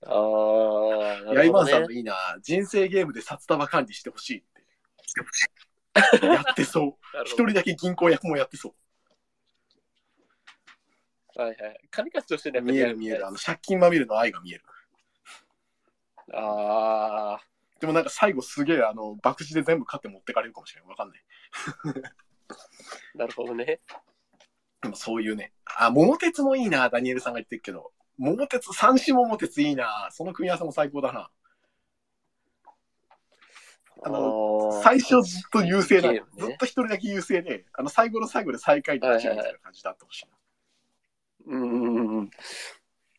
S2: ああ、
S1: ヤ
S2: な
S1: イ
S2: る
S1: マ
S2: ほ
S1: ンさんの
S2: どね。
S1: いいな、人生ゲームで札束管理してほしいって。やってそう。
S2: なる
S1: 一
S2: ほど
S1: 人だけ銀行役もやってそう。
S2: はいはい。金貸しとしてね、
S1: 見える見える。あの、借金まみれの愛が見える。
S2: ああ
S1: でもなんか最後すげえ、あの、博打で全部勝って持ってかれるかもしれない。わかんない。
S2: ー、なるほどね。
S1: でもそういうね。あ、桃鉄もいいな、ダニエルさんが言ってるけど。桃鉄、三種桃鉄いいな。その組み合わせも最高だな。あの
S2: あー
S1: 最初ずっと優勢だ、
S2: ゲームね
S1: ずっと一人だけ優勢で、あの、最後の最後で最下位に落ちるみたいな感じだってほしいな。
S2: うんうんうん。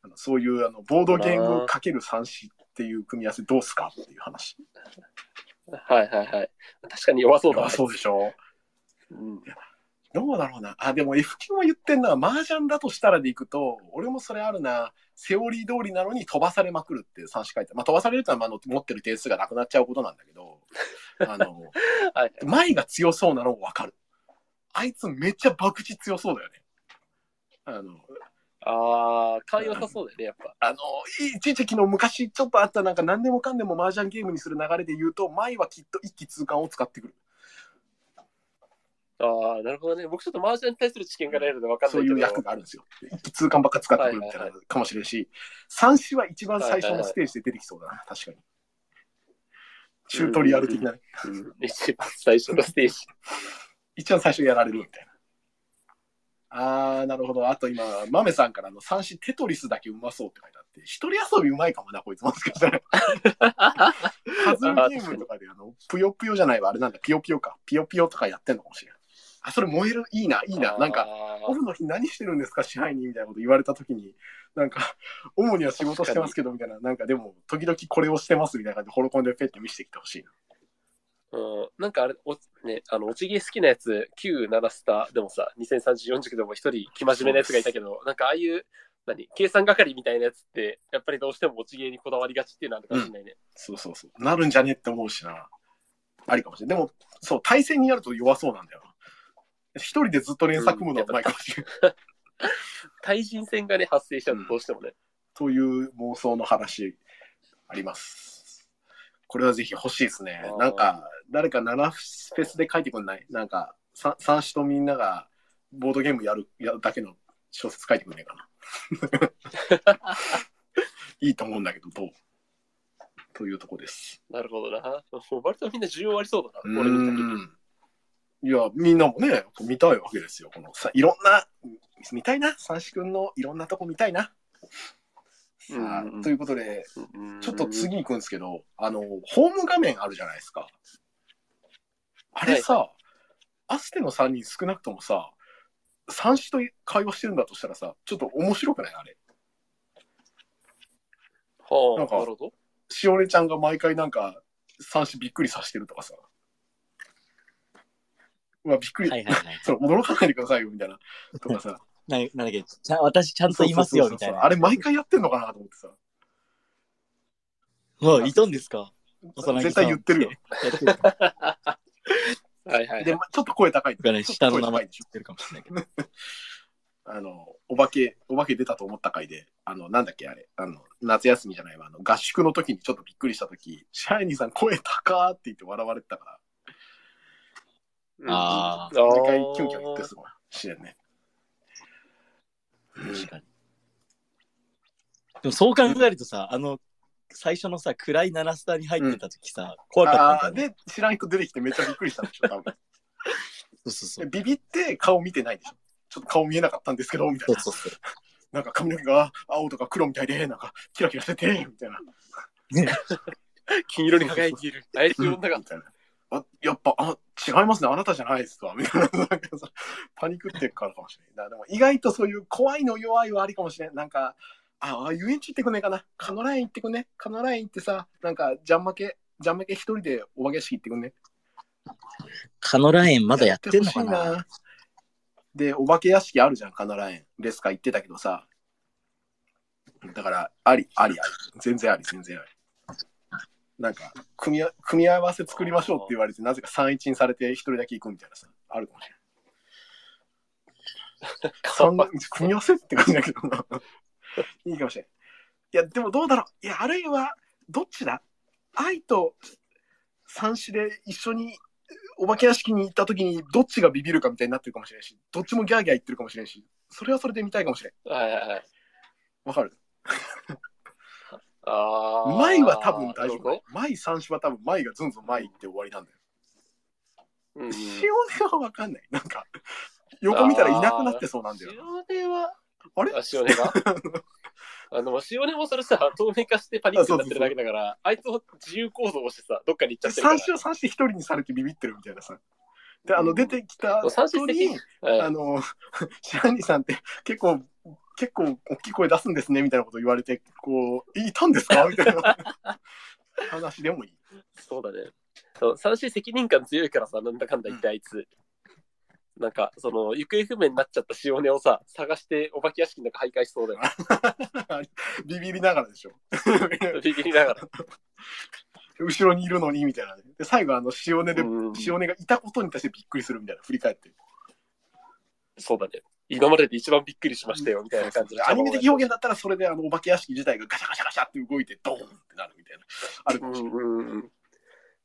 S1: あのそういう、あの、ボードゲームをかける三種っていう組み合わせどうすかっていう話。
S2: はいはいはい。確かに弱そうだ
S1: あそうでしょ
S2: うん
S1: どうだろうな。あ、でも F 君は言ってんのは、麻雀だとしたらでいくと、俺もそれあるな。セオリー通りなのに飛ばされまくるって算子書いてあるまあ飛ばされるとは、まあ、あの持ってる点数がなくなっちゃうことなんだけ ど、あの、
S2: はい。
S1: 前が強そうなのもわかる。あいつめっちゃ博打強そうだよね。あの、
S2: ああ、勘良さそうだよね、やっぱ。
S1: あの、一時期の昔ちょっとあったなんか何でもかんでも麻雀ゲームにする流れで言うと、前はきっと一気通貫を使ってくる。
S2: ああ、なるほどね。僕ちょっと麻雀に対する知見がないので分かん
S1: そ
S2: な
S1: う
S2: いけ
S1: い
S2: ど。
S1: う役があるんですよ。一気通貫ばっか使ってくるみたいなかもしれんし、三子は一番最初のステージで出てきそうだな、確かに。チュートリアル的なね、
S2: うん 一番最初のステージ。
S1: 一番最初やられるみたいな。あー、なるほど。あと今、マメさんからあの三子テトリスだけうまそうって書いてあって、一人遊びうまいかもな、こいつもしかしたら。ハズミゲームとかで、あの、ぷよぷよじゃないわ、あれなんだ、ぴよぴよか。ぴよぴよとかやってんのかもしれない。あ、それ燃える、いい な、いいな。なんか、
S2: あ
S1: オフの日何してるんですか、支配人みたいなこと言われたときに、なんか、 主には仕事してますけど、みたいな、なんかでも、時々これをしてますみたいな感じで、ホロコンでペッて見せてきてほしいな。
S2: ー。うん、なんかあれ、おね、あの、おちげ好きなやつ、9、7スターでもさ、2030、40でも一人、生真面目なやつがいたけど、なんかああいう、何、計算係みたいなやつって、やっぱりどうしてもおちげにこだわりがちっていうのはあるかもしれないね。
S1: そうそうそう。なるんじゃねって思うしな。ありかもしれない。でも、そう、対戦にやると弱そうなんだよな。一人でずっと連作組むのはうまいかもしれない。
S2: 対人戦がね、発生しちゃうとどうしてもね。
S1: という妄想の話あります。これはぜひ欲しいですね
S2: あ。ー
S1: なんか、誰か7フェスで書いてくんないなんか、さ三種とみんながボードゲームやるやるだけの小説書いてくんないかな。 いいと思うんだけど、どうというとこです。
S2: なるほどな。もう割とみんな需要ありそうだ
S1: う
S2: な、俺見た限り。
S1: んいや、みんなもね、見たいわけですよ。このさいろんな、見たいな。三種くんのいろんなとこ見たいな。さ
S2: うん
S1: あ、ということで、
S2: うん
S1: ちょっと次行くんですけど、あの、ホーム画面あるじゃないですか。あれさ、アステの3人少なくともさ、三子と会話してるんだとしたらさ、ちょっと面白くないあれ。
S2: はあ、
S1: なんか
S2: なるほど。
S1: しおれちゃんが毎回なんか、三子びっくりさせてるとかさ。うわ、びっくり。
S3: はいはいはい。
S1: それ驚かないでくださいよ、みたいな。とか さ。
S3: ななんだっけちゃ私ちゃんと言いますよ、みたいな。
S1: あれ毎回やってんのかなと思ってさ。
S3: はい、いたんですか
S1: 絶対言ってるよ。。
S3: 幼馴染さんやってる
S2: はいはい
S1: で、まちょっと声高い。
S3: 僕はね、下の名前
S1: ちょっと声高いでしょ
S3: 知ってるかもしれないけど。
S1: あの、お化け、お化け出たと思った回で、あの、なんだっけ、あれ、あの、夏休みじゃないわ、あの、合宿の時にちょっとびっくりした時、シャイニーさん声高ーって言って笑われてたか
S2: うん
S3: あ
S1: ら、毎回キュンキュン言ってすごい。しれんね。
S3: 確かに。でもそう考えるとさ、あの、最初のさ、暗い七スタに入ってた時さ、怖かっ
S1: あ
S3: た
S1: あー、
S3: んだよね。
S1: で、知らん人出てきてめっちゃびっくりしたんでしょ、多分。
S3: そうそうそ
S1: で
S3: う。
S1: ビビって顔見てないでしょ。ちょっと顔見えなかったんですけど、みたい
S3: そう
S1: な。
S3: そうそう。
S1: なんか髪の毛が青とか黒みたいで、なんかキラキラしてて、みたいな。
S2: 金色に輝いている。あいつ呼んだが
S1: み、たいな。あやっぱあ違いますねあなたじゃないですかみたいななんかさパニックってるからかもしれないだからでも意外とそういう怖いの弱いはありかもしれないなんかああ遊園地行ってくんねえかなカノライン行ってくんねカノライン行ってさなんかジャン負けジャン負け一人でお化け式行ってくんね
S3: カノラ園まだやってんのか
S1: やってほしい
S3: な
S1: なでお化け屋敷あるじゃんカノラインレスカ行ってたけどさだからありありあり全然あり全然ありなんか組み合組み合わせ作りましょうって言われてなぜか31にされて一人だけ行くみたいなさあるかもしれないそんな組み合わせって感じだけどな いいかもしれないいやでもどうだろういやあるいはどっちだ愛と三子で一緒にお化け屋敷に行った時にどっちがビビるかみたいになってるかもしれないしどっちもギャーギャー言ってるかもしれないしそれはそれで見たいかもしれない
S2: はいはいはい。
S1: わかる
S2: あー
S1: 前は多分
S2: な
S1: 大丈
S2: るほ
S1: 夫
S2: ど
S1: 前三子は多分前がずんずん前行って終わりなんだよ
S2: うん うん
S1: 塩根はわかんないなんか横見たらいなくなってそうなんだよ
S2: 塩根は、
S1: あれ
S2: あ、塩根 があの、塩根もそれさ、透明化してパニックになってるだけだから、あいつも自由行動をしてさ、どっかに行っちゃってるか
S1: 三
S2: ら。
S1: 子は三子で一人にされてビビってるみたいなさであ
S2: う
S1: の
S2: ん
S1: 出てきた
S2: 三
S1: 後
S2: 種的
S1: に
S2: に、はい
S1: あの、 シャンニーさんって結構、結構大きい声出すんですねみたいなこと言われて、こう、いたんですかみたい な話でもいい。
S2: そうだね。そう三種責任感強いからさ、なんだかんだ言ってあいつ。なんか、その、行方不明になっちゃった塩音をさ、探してお化け屋敷の中徘徊しそうだよ。
S1: ビビりながらでしょ。
S2: ビビりながら。
S1: 後ろにいるのに、みたいなね。で、最後、あの、塩根で、
S2: うん
S1: 塩根がいたことに対してびっくりするみたいな、振り返って。
S2: そうだね。今までで一番びっくりしましたよ、みたいな感じで。
S1: アニメ的表現だったら、それで、あの、お化け屋敷自体がガシャガシャガシャって動いて、ドーンってなるみたいな。あるか
S2: う
S1: も
S2: ん
S1: しれない。
S2: うんうん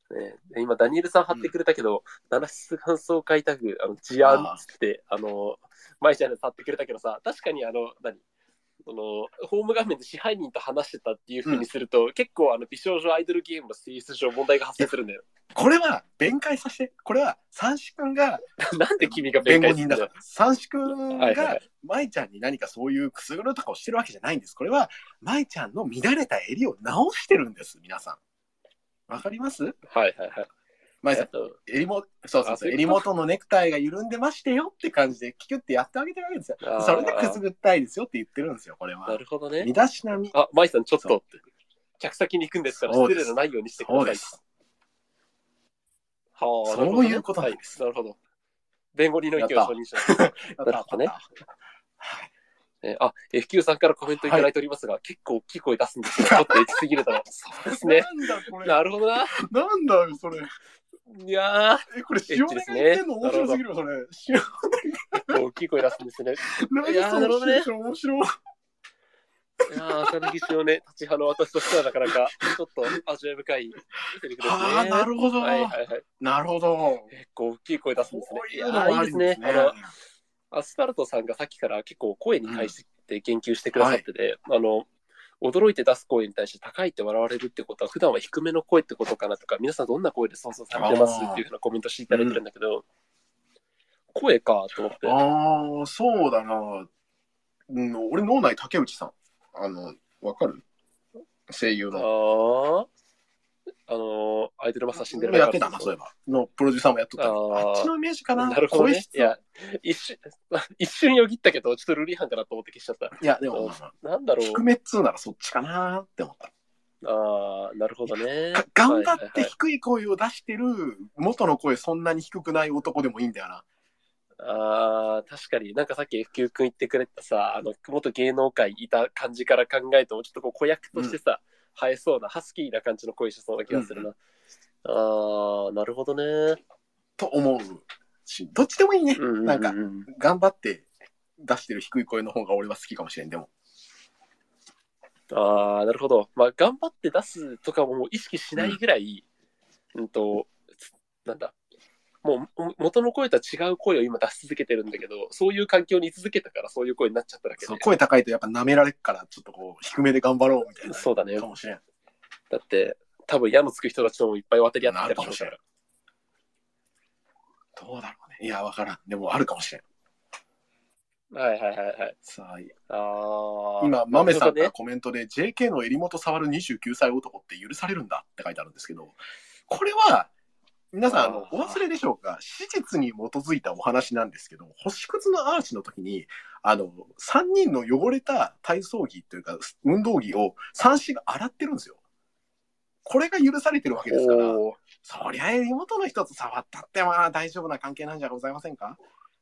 S2: ね、で今、ダニエルさん貼ってくれたけど、七室感想会タグ、あの、治安っつって、あの、舞ちゃんのやつ貼ってくれたけどさ、確かにあの、何そのホーム画面で支配人と話してたっていうふうにすると、結構あの美少女アイドルゲームの性質上問題が発生するんだよ。
S1: これは、弁解させて、これは、三四君が
S2: なんで君が
S1: 弁
S2: 弁
S1: 護
S2: 解す
S1: 人
S2: るん
S1: だ
S2: だ
S1: から
S2: よ。。
S1: 三四君
S2: はいはいは
S1: が、舞ちゃんに何かそういうくすぐるとかをしてるわけじゃないんです。これは、舞ちゃんの乱れた襟を直してるんです、皆さん。わかります
S2: はいはいはい。
S1: 舞さん
S2: あ、と
S1: 襟も、そうそう
S2: あ
S1: そ、
S2: そうういうこと
S1: 襟元のネクタイが緩んでましてよって感じで、キュキュってやってあげてるわけですよ。
S2: あー
S1: それでくすぐったいですよって言ってるんですよ、これ
S2: な
S1: は。
S2: るほどね
S1: 身。だしなみ。
S2: あ、舞さん、ちょっ
S1: そ
S2: とって。客先に行くんですから、
S1: そう
S2: 失
S1: です
S2: 礼のないようにしてくださ
S1: そ。
S2: いう
S1: です。
S2: はあ、
S1: そういうことなんです
S2: なるほどね。はいなるほど。弁護人の意見を承認しました。
S1: な
S2: るほどね
S1: はい。
S2: えあ、FQ さんからコメントいただいておりますが、結構大きい声出すんです よ。ちょっとエキすぎるだろう。そうですね。
S1: なんだこれ。
S2: なるほどな。
S1: なんだよ、それ。
S2: いやー、
S1: え、これ、塩根が言ってんの面白すぎるよ、それ。塩
S2: 結構大きい声出すんですね。
S1: 何
S2: いやー
S1: そ
S2: なるほ
S1: の
S2: どね
S1: シチュエーション 面白い。
S2: いやー、浅野岸をね、立ち派の私としてはなかなか、ちょっと味わい深いセリフですね。
S1: ああ、なるほど。
S2: はいはいはい。
S1: なるほど。
S2: 結構大きい声出すんですね
S1: こ。う
S2: い
S1: い
S2: や
S1: うのもあ
S2: ー、いい
S1: り
S2: ですね。あの、
S1: は
S2: アスファルトさんがさっきから結構声に対して言及してくださってて、あの驚いて出す声に対して高いって笑われるってことは普段は低めの声ってことかなとか皆さんどんな声で想像されてます
S1: あー
S2: っていうふうなコメントしていただいてるんだけど、声かと思って
S1: ああ、そうだな。うん、俺、脳内竹内さん。あの、わかる声優の。
S2: あああのアイドルマスター死んでる
S1: やってたな、そういえば。のプロデューサーもやっとった。
S2: あ
S1: あっ
S2: ー
S1: ちのイメージかな。
S2: なるほど
S1: 声
S2: ね
S1: 質
S2: いや一瞬 一瞬よぎったけどちょっとルール違反かなと思って消しちゃった
S1: いや、でも、まあまあ
S2: なんだろう
S1: 低めっつうならそっちかなって思った。
S2: ああなるほどね
S1: が頑張っ
S2: はいはい
S1: て
S2: はい
S1: 低い声を出してる、元の声そんなに低くない男でもいいんだよな。
S2: あー確かになんかさっき F 級くん言ってくれたさあの元芸能界いた感じから考えてもちょっとこう子役としてさ、生えそうなハスキーな感じの声しそうな気がするな、あーなるほどね
S1: と思うし、どっちでもいいね。
S2: ううう
S1: なんか頑張って出してる低い声の方が俺は好きかもしれん。でも、
S2: ああなるほどまあ頑張って出すとかももう意識しないぐらい、うん、とつなんだもうも元の声とは違う声を今出し続けてるんだけどそういう環境に居続けたからそういう声になっちゃっただけで
S1: そう声高いとやっぱ舐められっから、ちょっとこう、低めで頑張ろうみたいな。
S2: そうだね
S1: かもしれん。
S2: だって多分矢のつく人たちともいっぱい渡り合ってたでしょうから
S1: どうだろうね。いや、わからん。でもあるかもしれん。
S2: はいはいはいはい。
S1: さあ、
S2: あー
S1: 今、豆さんか
S2: なる
S1: らコメントで、JK の襟元触る29歳男って許されるんだって書いてあるんですけど、これは、皆さん、あの
S2: あ、ー
S1: お忘れでしょうか史実に基づいたお話なんですけど、星屑のアーチの時に、あの、3人の汚れた体操着というか、運動着を三子が洗ってるんですよ。これが許されてるわけで
S2: ほ
S1: す
S2: ど
S1: か
S2: ね
S1: ら、
S2: おー
S1: そりゃ襟元の一つ触ったってまあ大丈夫な関係なんじゃございませんか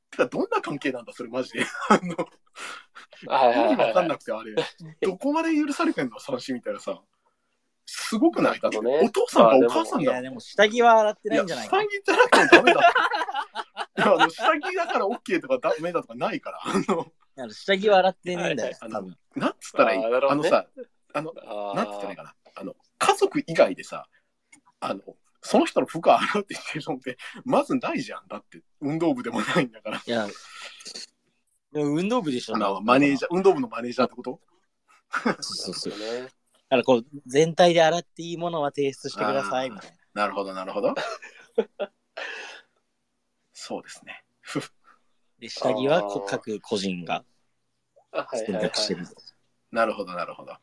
S1: てか、どんな関係なんだそれマジで。 あの、
S2: はい
S1: 意
S2: は
S1: 味
S2: いは
S1: わ
S2: い
S1: か
S2: は
S1: ん
S2: い。
S1: なくて、 あれ。どこまで許されてんの三振みたいなさ。すごくないだって、
S2: なるほどね
S1: お父さんかお母さん
S3: い
S1: だも
S3: や、
S1: ん。い
S3: でも下着は洗ってない
S1: や、
S3: んじゃない
S1: 下
S3: か
S1: 着。じゃなくてもダメだって。いや、あの、下着だから OK とかダメだとかないから。あの、
S3: いや下着は洗ってねえんだよ、
S1: はい
S3: 多分。
S1: なんつったらいい
S2: あー
S1: あ,、
S2: なるほど
S1: の
S2: ね
S1: さ、あの、
S2: あ
S1: なんつったらいい
S2: ー
S1: かな。あの、家族以外でさ、あの、その人の服洗うってシチュエーションって、まずないじゃん。だって、運動部でもないんだから。
S3: いや、でも運動部でしょ。
S1: あの、マネージャー、運動部のマネージャーってこと
S3: ャー。そうそうそう。だ
S2: ね
S3: からこう、全体で洗っていいものは提出してください、みたいな。
S1: なるほど、なるほ ど。そうですね。
S3: で、下着はこ各個人が
S2: あはい
S3: 選
S2: はいはい
S3: 択してる。
S1: なるほど、なるほど。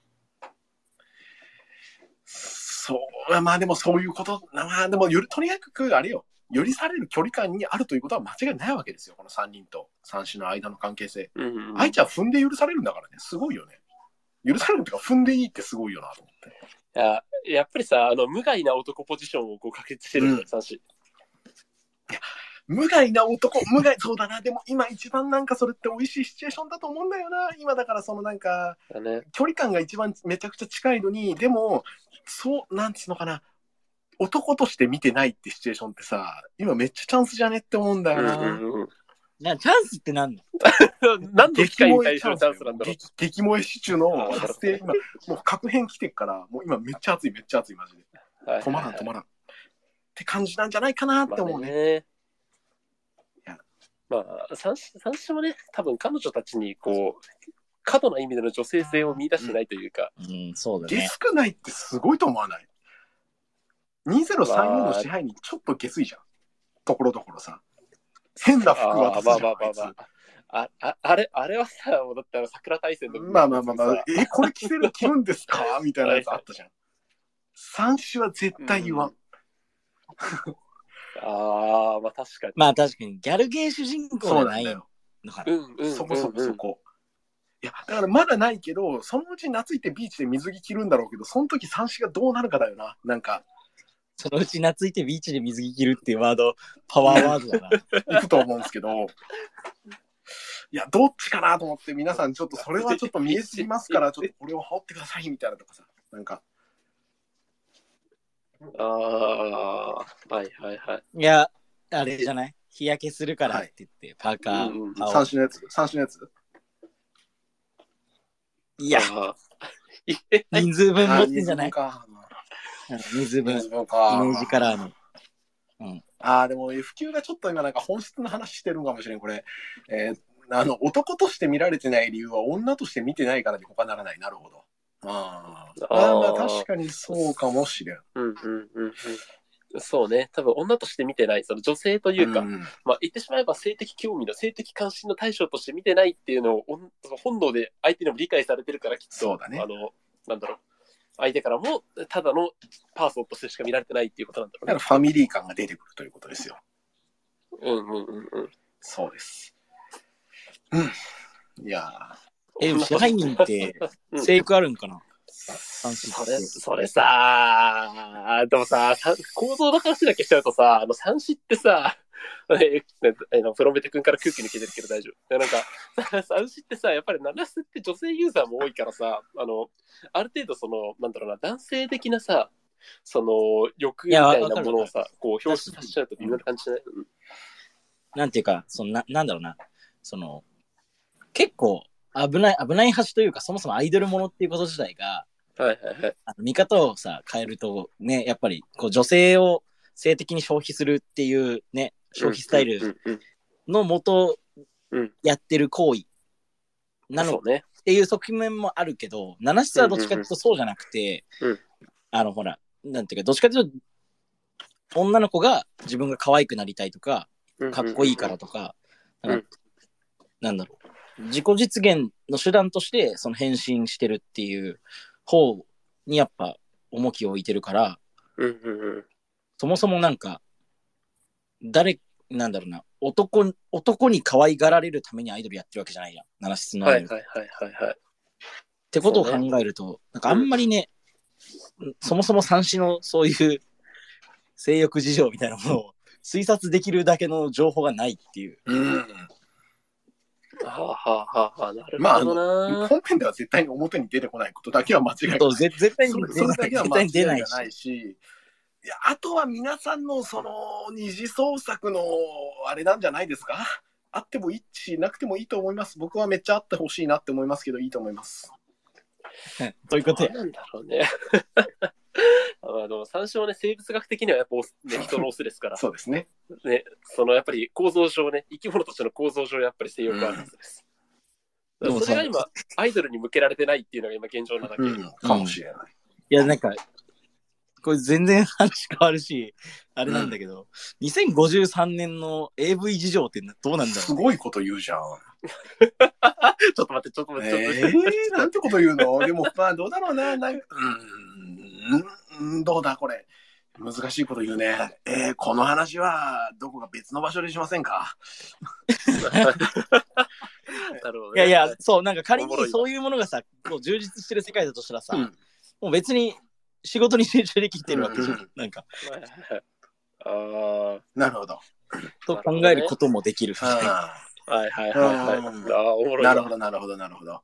S1: そう、まあでもそういうこと、まあでもより、とにかくあれよ、寄りされる距離感にあるということは間違いないわけですよ、この3人と3種の間の関係性。
S2: うんうんうん
S1: 愛ちゃん踏んで許されるんだからね、すごいよね。許されるというか、踏んでいいってすごいよなと思って。
S2: いややっぱりさ、あの、無害な男ポジションをこう確立してるんだよ、三子。
S1: 無害な男、無害、そうだな、でも今一番なんかそれって美味しいシチュエーションだと思うんだよな。今だからそのなんか、
S2: だね。
S1: 距離感が一番めちゃくちゃ近いのに、でも、そう、なんつうのかな。男として見てないってシチュエーションってさ、今めっちゃチャンスじゃねって思うんだ
S2: う
S1: よ
S2: ん
S1: な。
S2: うん
S3: なチャンスってなんの
S2: うん。何の機
S1: 激
S2: 会に
S1: 萌え
S2: 対するチャンスなんだろう。
S1: 激激萌えシチューの発生、今、もう確変来てるから、もう今めっちゃ熱い、めっちゃ熱い、マジで。
S2: はい
S1: 止まらん、止まらん。って感じなんじゃないかなって思うね。
S2: まあねまあ、三種三種もね、多分彼女たちにこう、過度な意味での女性性を見出してないというか、
S3: うん、そうだ
S1: ゲ
S3: ね。
S1: スくないってすごいと思わない ?2034 の支配にちょっとゲスいじゃん。ところどころさ。変な服
S2: あ
S1: 渡
S2: あ
S1: す
S2: まあ
S1: じ
S2: ま
S1: ゃん
S2: あまあま
S1: あい
S2: ああああれ、あれはさ、もうだってあの桜大戦
S1: つ
S2: の時
S1: まあまあまあまあ、え、これ着せる、着るんですかみたいなやつあったじゃん。三種は絶対言わん。
S2: ああ、まあ確かに。
S3: まあ確かに、ギャルゲー主人公
S1: そ
S3: は
S1: うな
S3: なんい
S1: だよ。
S3: のかな。
S2: うんうん、
S1: そこそこ
S2: うんう
S1: そ
S2: ん
S1: こ。いや、だからまだないけど、そのうち夏行ってビーチで水着着るんだろうけど、その時三種がどうなるかだよな。なんか、
S3: そのうち懐いてビーチで水着着るっていうワード、パワーワードだ な。
S1: 行くと思うんですけど。いや、どっちかなと思って、皆さんちょっとそれはちょっと見えすぎますから、ちょっとこれを羽織ってくださいみたいなとかさ。なんか、
S2: ああ、はいはいはい。
S3: いや、あれじゃない日焼けするからって言って、パーカー、
S2: うんうん
S3: パワー
S1: 三種のやつ三種のやつ
S3: いや、
S2: あー
S3: 人数分持
S1: あ
S3: ってんじゃない
S1: か。
S3: 人数分、イ
S1: 水分
S3: メ
S1: か。
S3: ージカラーの。
S1: ああ、でも F 級がちょっと今なんか本質の話してるんかもしれん、これ。えーあの、男として見られてない理由は女として見てないからに他ならない。なるほど。あーあー、
S2: あー
S1: まあ確かにそうかもしれん。
S2: うんうんうんうん。そうね、多分女として見てない、その女性というか、
S1: ん
S2: まあ、言ってしまえば性的興味の性的関心の対象として見てないっていうのをおん本能で相手にも理解されてるからきっと
S1: そうだね
S2: あのなんだろう相手からもただのパーソンとしてしか見られてないっていうことなんだ
S1: だか
S2: ろ
S1: らファミリー感が出てくるということですよ。
S2: うね。うんうんうんうん。
S1: そうです。うん。いや
S3: え、でも支配人 って、
S2: うん
S3: 制服あるんかな、
S1: ー、
S2: それそれさでもささ構造の話だけしちゃうとさあの三子ってさ えあのプロメテ君から空気抜けてるけど大丈夫なんかさ 三子ってさやっぱり七瀬って女性ユーザーも多いからさあのある程度そのなんだろうな男性的なさその欲みたいなものを
S3: いやわ
S2: さこう表出させちゃうと微妙な感じじゃない、
S3: なんていうか、そんな、なんだろうな。その、結構、危ない、危ない橋というか、そもそもアイドルものっていうこと自体が、
S2: はいはいはい
S3: あの見方をさ、変えると、ね、やっぱり、こう、女性を性的に消費するっていうね、消費スタイル
S2: うんうんうん
S3: のもと
S2: うん
S3: やってる行為なの
S2: そうね
S3: っていう側面もあるけど、七室はどっちかというとそうじゃなくて、
S2: うんうんうん
S3: あのほら、なんていうか、どっちかというと、女の子が自分が可愛くなりたいとか、かっこいいからとか、
S2: うん
S3: なんかなんだろう、自己実現の手段として、その変身してるっていう方にやっぱ重きを置いてるから、
S2: うんうんうん
S3: そもそもなんか、誰、なんだろうな、男に、男に可愛がられるためにアイドルやってるわけじゃないじゃん。七室のア
S2: は
S3: イド
S2: い
S3: ル。
S2: はいはいはいはい
S3: ってことを考えると、なんかあんまりね、そもそも三子のそういう性欲事情みたいなものを推察できるだけの情報がないっていう。
S1: うん。
S2: はあはあはあはあなる
S1: まああ
S2: ほ
S1: の
S2: どな、
S1: 本編では絶対に表に出てこないことだけは間違いない。
S3: そうぜ絶対に
S1: それ
S3: 出
S1: それ
S3: な
S1: だ
S3: い
S1: けは
S3: 絶
S1: 間
S3: 対
S1: 違い
S3: に出ない
S1: じゃない
S3: し。
S1: し。いやあとは皆さんのその二次創作のあれなんじゃないですかあってもいいしなくてもいいと思います僕はめっちゃあってほしいなって思いますけどいいと思います
S3: ということ
S2: どう
S3: で、
S2: なんだろ うね。あの参照はね生物学的にはやっぱオス、ね、人のオスですから、
S1: そうですね
S2: ね、そのやっぱり構造上ね生き物としての構造上やっぱり性欲はあるはずです。
S3: うんでも
S2: そ
S3: さ
S2: れが今アイドルに向けられてないっていうのが今現状なだけ。
S1: うんかもしれない、
S3: いやなんか、これ全然話変わるし、あれなんだけど、2053年の AV 事情ってどうなんだ
S1: す
S3: ろ
S1: ごいこと言うじゃん
S2: ちょっと待ってちょっと待ってちょっと待
S1: え
S2: って。
S1: ー、なんてこと言うのでもまあどうだろうななんかうーんうんどうだこれ難しいこと言うねえー、この話はどこか別の場所でしませんか
S2: なるほど
S3: う。い
S2: ね
S3: やいや、そう、なんか仮
S2: おもろ
S3: に
S2: い
S3: そういうものがさ、こう充実してる世界だとしたらさ、
S1: うん
S3: もう別に仕事に集中できてるわけじゃ
S1: う
S3: ん。
S1: ん
S3: なんか、
S2: ああ
S1: なるほど
S3: と考えることもできる。
S2: はいはいはいはい。
S1: うん
S2: ああ、おもろい。
S1: なるほ
S2: ど。
S1: ど、なるほど、なるほど。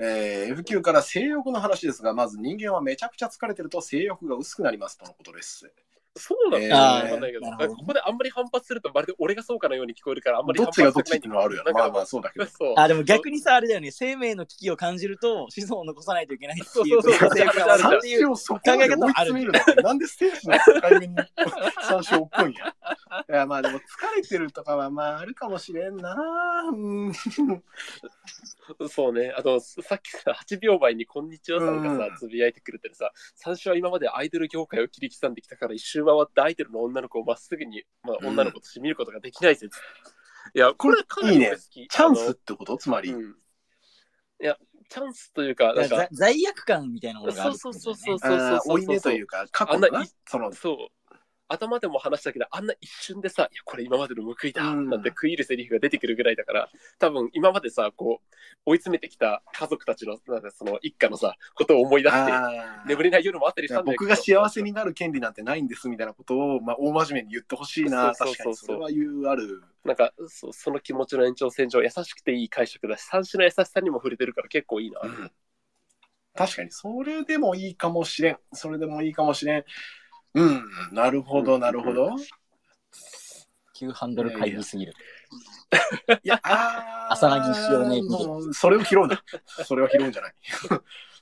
S1: えー F9 から性欲の話ですが、まず人間はめちゃくちゃ疲れてると性欲が薄くなりますとのことです。
S2: そうなの
S1: え
S2: か
S1: ー
S2: なわかんないけど、
S3: な
S2: なん
S3: るほど
S2: かここであんまり反発すると、まるで俺がそうかのように聞こえるから、あんまり
S1: ど
S2: 反
S1: っ
S2: 発
S1: ちがどっちっていうのはある
S2: よ
S1: やろ。まあまあ、そうだけど。
S2: そう。
S3: あ、でも逆にさ、あれだよね、生命の危機を感じると子孫を残さないといけないっていう
S2: そうそうそう
S3: 性格がある
S1: 三
S3: ってい
S1: 種
S3: う。
S1: をそこまで追い詰めるのってなんでステージの境目に三種を置くん や。いや、まあでも疲れてるとかはまああるかもしれんな。うん。
S2: そうね。あと、さっきさ、8秒前にこんにちはさんが
S1: う
S2: さ
S1: ん、
S2: つぶやいてくれてるさ、三種は今までアイドル業界を切り刻んできたから、一周回ってアイドルの女の子をまっすぐに、まあ、
S1: うん
S2: 女の子として見ることができない説。いや、これかな
S1: い
S2: いり
S1: ね
S2: 俺好き。
S1: チャン
S2: あ
S1: ス
S2: の
S1: ってことつまり。
S2: うん。いや、チャンスというか、なん
S3: ざ
S2: か、
S3: 罪悪感みたいなものがあるって
S2: そ
S3: こ
S2: う
S3: とだよね、
S2: そうそうそう
S1: あー
S2: そう
S1: 負い目というか、過去の
S2: あん
S1: な
S2: ない、
S1: その、
S2: そう。頭でも話したけど、あんな一瞬でさ、いや、これ今までの報いだ、
S1: うん
S2: なんて食い入るセリフが出てくるぐらいだから、多分今までさ、こう、追い詰めてきた家族たちの、なんかその一家のさ、ことを思い出して、
S1: あー
S2: 眠れない夜もあったりしたんだけど
S1: 僕が幸せになる権利なんてないんですみたいなことを、まあ、大真面目に言ってほしいな、
S2: そう
S1: 確
S2: そ
S1: か
S2: うそう
S1: に。
S2: そ
S1: そうれは言うある。
S2: なんかそう、その気持ちの延長線上、優しくていい解釈だし、三種の優しさにも触れてるから結構いいな。
S1: 確かに、それでもいいかもしれん。それでもいいかもしれん。うん、なるほど、なるほ ど。
S3: 急ハンドル買いすぎる。
S1: いや、あー
S3: 朝凪一生ね
S1: もうそれを拾うな。それを拾うんじゃない。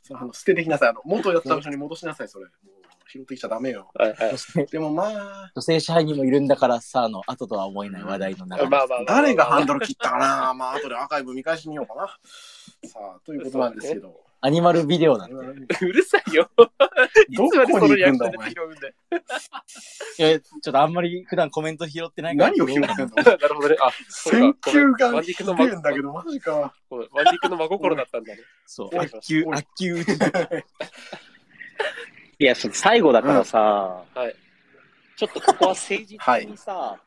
S1: そのあの捨ててきなさい。あの元やった場所に戻しなさい、それ。もう拾ってきちゃダメよ。
S2: はいはい
S3: そして
S1: でもまあ、
S3: 女性支配人もいるんだからさ、の後とは思えない話題の
S2: ま
S3: 中
S2: あ
S3: で。
S2: まあまあまあ。
S1: 誰がハンドル切ったかな。まあ、後でアーカイブ見返しにようかな。さあ、ということなんですけど。
S3: アニマルビデオだって。
S2: うるさいよ。い
S1: ど
S2: つまでそ
S1: こ
S2: の
S1: に
S2: リア
S1: 行く
S2: ク
S1: んだお
S2: ション、で
S1: 前
S2: 拾。うんだよ。
S3: いや、ちょっとあんまり普段コメント拾ってないから。
S1: 何を拾うんだ
S2: なるほどね。あ、
S1: 選球眼
S2: ワン
S1: ひ
S2: デ
S1: で
S2: ィクの
S1: えんだけど、マジか。
S2: ごめんワンディクの真心だったんだね。
S3: そう。
S2: おい
S3: 悪球、悪球打ちだ
S4: いや、そ最後だからさ、
S2: うんはい
S4: ちょっとここは政治的にさ、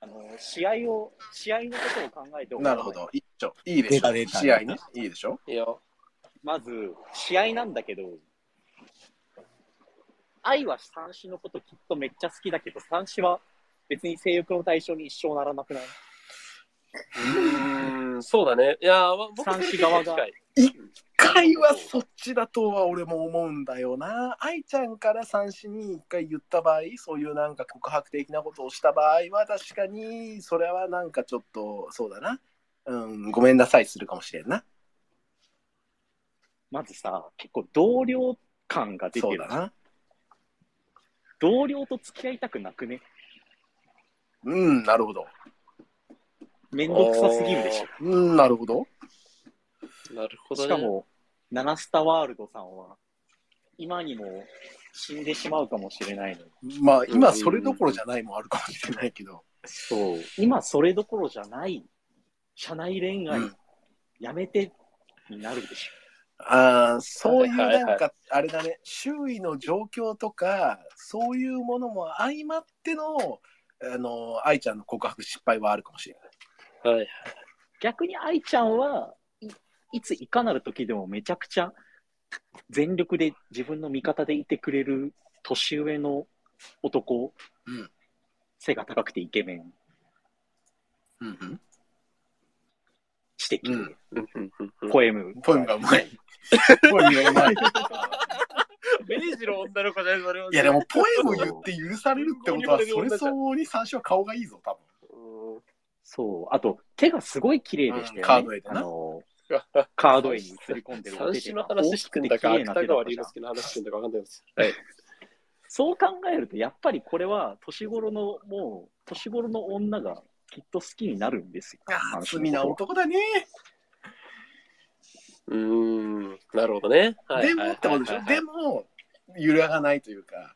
S4: あの試合を、試合のことを考えておかな
S1: ないるほど。一丁。いいで
S3: 出
S1: しょ
S3: た出。た
S1: 試合ね。いいでしょ。
S2: いいよ。
S4: まず、試合なんだけど、愛は三種のこときっとめっちゃ好きだけど、三種は別に性欲の対象に一生ならなくない
S2: うん、そうだね。いやー、わ僕
S4: 三子側が
S2: 近い
S1: 会はそっちだとは俺も思うんだよな。愛ちゃんから三子に一回言った場合、そういうなんか告白的なことをした場合は確かに、それはなんかちょっと、そうだな。うん、ごめんなさいするかもしれんな。
S4: まずさ、結構同僚感が出て
S1: そう
S4: る
S1: だ。な。
S4: 同僚と付き合いたくなくね
S1: うん、なるほど。
S4: めんどくさすぎるでしょ。
S1: うん、なるほど。
S2: なるほど、ね。
S4: しか、も、ナナスタワールドさんは、今にも死んでしまうかもしれないのに。
S1: まあ、今それどころじゃないもあるかもしれないけど。
S4: そう。今それどころじゃない、社内恋愛、
S1: うん
S4: やめて、になるでしょ。
S1: あーそういう
S2: はいはい
S1: な
S2: はい
S1: んかあれだね周囲の状況とかそういうものも相まってのあの愛ちゃんの告白失敗はあるかもしれない
S2: はい、
S4: 逆に愛ちゃんはい、いついかなる時でもめちゃくちゃ全力で自分の味方でいてくれる年上の男、
S1: うん
S4: 背が高くてイケメン、
S1: うん
S4: 知的、
S1: うん
S2: うんうんうんうん
S4: ポエム
S1: うん。ポエムがうまい。 ポエムがうまい。
S2: 明治の女の子じゃない、それは。
S1: いやでもポエム言って許されるってことはそれ相応に三種は顔がいいぞ多分。
S2: うん、
S4: そう。あと、手がすごい綺麗でしたよね。
S1: うんカード絵で
S4: あ
S1: な
S4: の、カード絵に映り込んでるお
S2: 三
S4: 手
S2: 子
S4: 手
S2: の
S4: が
S2: 話
S4: 大
S2: して
S4: きく
S2: ん
S4: て
S2: だ
S4: 綺
S2: か、
S4: 麗な
S2: 芥
S4: 手だっ
S2: 川
S4: た
S2: 龍
S4: じゃん
S2: 之介の話してんだか分かんないです。はい。
S4: そう考えると、やっぱりこれは年頃の、もう、年頃の女がきっと好きになるんですよ。
S1: ああ罪な男だね。
S2: うーん、なるほどね。はい
S1: でもってことでしょ。で、も揺らがないというか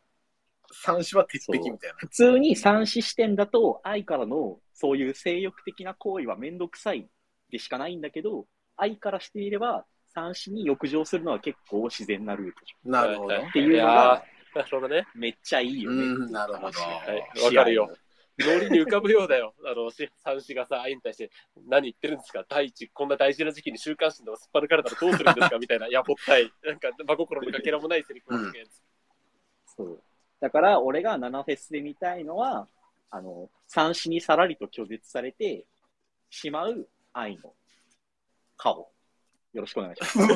S1: 三種は鉄壁みたいな。
S4: 普通に三視視点だと、愛からのそういう性欲的な行為はめんどくさいでしかないんだけど、愛からしていれば、三視に欲情するのは結構自然なルートじ
S1: なるほど
S2: はい。はい
S4: っていうのが
S2: やーなるほどね。
S4: ゃん。めっちゃいいよね。
S1: うんなるほど
S2: はいわかるよ。脳裏に浮かぶようだよ。 あの、し三子がさ、愛に対して、何言ってるんですか第一、こんな大事な時期に週刊誌でもすっぱ抜かれたらどうするんですかみ たいな、いや、もったい。なんか、真心のかけらもないセリフを言うやつ。
S4: そう。だから、俺がナナフェスで見たいのは、あの、三子にさらりと拒絶されてしまう愛の顔。よろしくお願いします。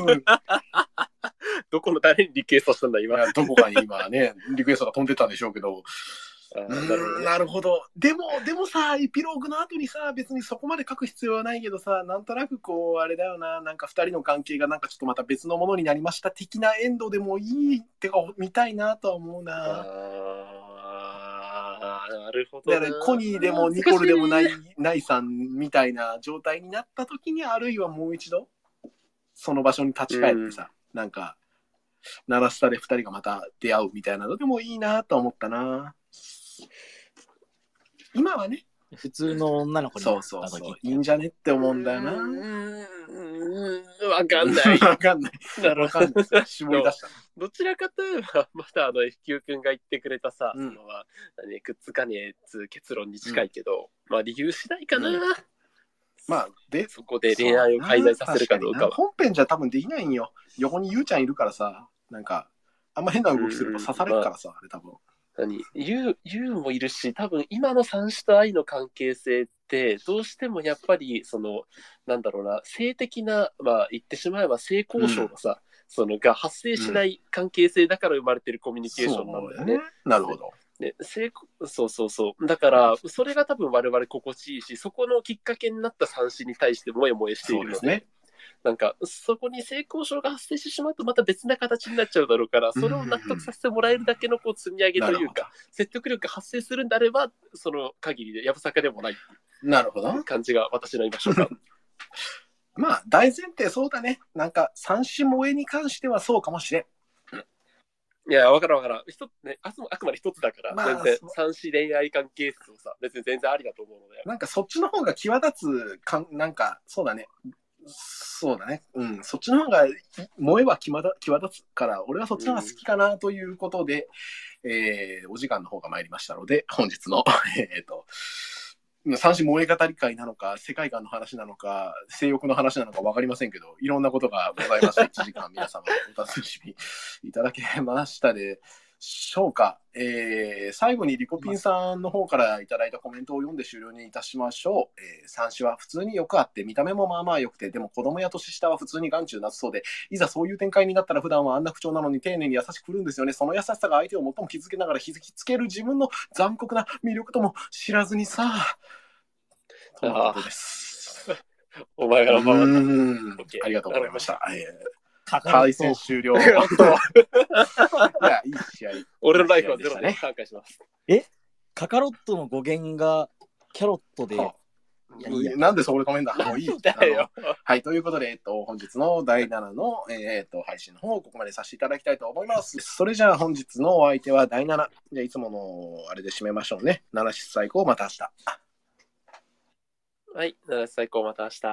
S2: どこの誰にリクエストしたんだ、
S1: い
S2: 今。あ
S1: やどこかに今ね、 リクエストが飛んでたんでしょうけど。
S2: ー
S1: な
S2: な
S1: る
S2: るほどね
S1: なるほど。でも、でもさ、エピローグの後にさ、別にそこまで書く必要はないけどさ、なんとなくこう、あれだよな、なんか二人の関係がなんかちょっとまた別のものになりました的なエンドでもいいってか、見たいなとは思うな。
S2: あーなるほど
S1: だ
S2: な。
S1: からコニーでもニコルでもない、ないさんみたいな状態になった時に、あるいはもう一度、その場所に立ち返ってさ、なんか、鳴らしたで二人がまた出会うみたいなのでもいいなと思ったな。今はね、
S3: 普通の女の子に
S1: そ
S3: な
S1: う
S3: った時
S1: そうそう
S3: っ。て
S1: いいんじゃねって思うんだよな。
S2: う
S1: わ
S2: ーん、わかんない。
S1: かんない。
S2: な る
S1: わ
S2: ほ
S1: かん
S2: ど。
S1: ない。絞り出した。
S2: どちらかといえば、まだあの、FQ 君が言ってくれたさ、
S1: うん
S2: そのまあ何くっつかねえっつう結論に近いけど、まあ理由次第かな。
S1: うんまあ、で、
S2: そこで恋愛を介在させるかどう
S1: 確に
S2: か
S1: な
S2: は。
S1: 本編じゃ多分できないんよ。横にゆうちゃんいるからさ、なんか、あんま変な動きすると刺されるからさ、あれ多分。
S2: 何ユウユウもいるし、多分今の三種と愛の関係性って、どうしてもやっぱり、その、なんだろうな、性的な、まあ言ってしまえば性交渉がさ、そのが発生しない関係性だから生まれてるコミュニケーションなんだよね。
S1: そう。なるほど。
S2: ね、成功そうそうそう。だから、それが多分我々心地いいし、そこのきっかけになった三振に対して萌え萌えしてい
S1: そう
S2: るの
S1: で
S2: です
S1: ね。
S2: なんか、そこに性交渉が発生してしまうとまた別な形になっちゃうだろうから、それを納得させてもらえるだけのこう積み上げ
S1: な
S2: とい
S1: る
S2: う
S1: ほ
S2: か、説得力が発生するんであれば、その限りで、やぶさかでもない
S1: ど。なるほど。
S2: 感じが私の居場所か。
S1: まあ、大前提そうだね。なんか、三種萌えに関してはそうかもしれん。
S2: いや、わからんわからん。一つね、あつあくまで一つだから、
S1: まあ
S2: 全然
S1: そう、
S2: 三子恋愛関係説をさ、別に全然ありだと思うので。
S1: なんかそっちの方が際立つかん、なんかそうだね。そうだね。うん。そっちの方が燃えは際立際立つから、俺はそっちの方が好きかなということで、えーお時間の方が参りましたので、本日の、 えっと、三種萌え語り会なのか、世界観の話なのか、性欲の話なのか分かりませんけど、いろんなことがございました。1時間皆様お楽しみいただけましたで、しょうか、えー最後にリコピンさんの方からいただいたコメントを読んで終了にいたしましょう、えー、三種は普通によくあって見た目もまあまあ良くてでも子供や年下は普通に眼中なさそうでいざそういう展開になったら普段はあんな不調なのに丁寧に優しく振るんですよねその優しさが相手を最も傷つけながら傷つける自分の残酷な魅力とも知らずにさとのことです
S2: お前
S1: う
S2: がらまま
S1: ーん
S2: OK
S1: ありがとうございました、え
S3: か
S1: ー、
S3: か
S1: 対
S3: ると
S1: 戦終 了い
S2: おっと
S1: やいい試合
S2: 俺のライフはゼロ
S1: で
S2: で
S1: し
S2: 参加します。
S3: カカロットの語源がキャロットで、
S1: は
S3: ういやいいや
S1: なんでそこでコメント もういい
S2: だよ。
S1: はい、ということで、えっと、本日の第7の、えーっと、配信の方をここまでさせていただきたいと思います。それじゃあ本日のお相手は第7。じゃあいつもの、あれで締めましょうね。7、最高、また明日。
S2: はい、七瀬最高また明日。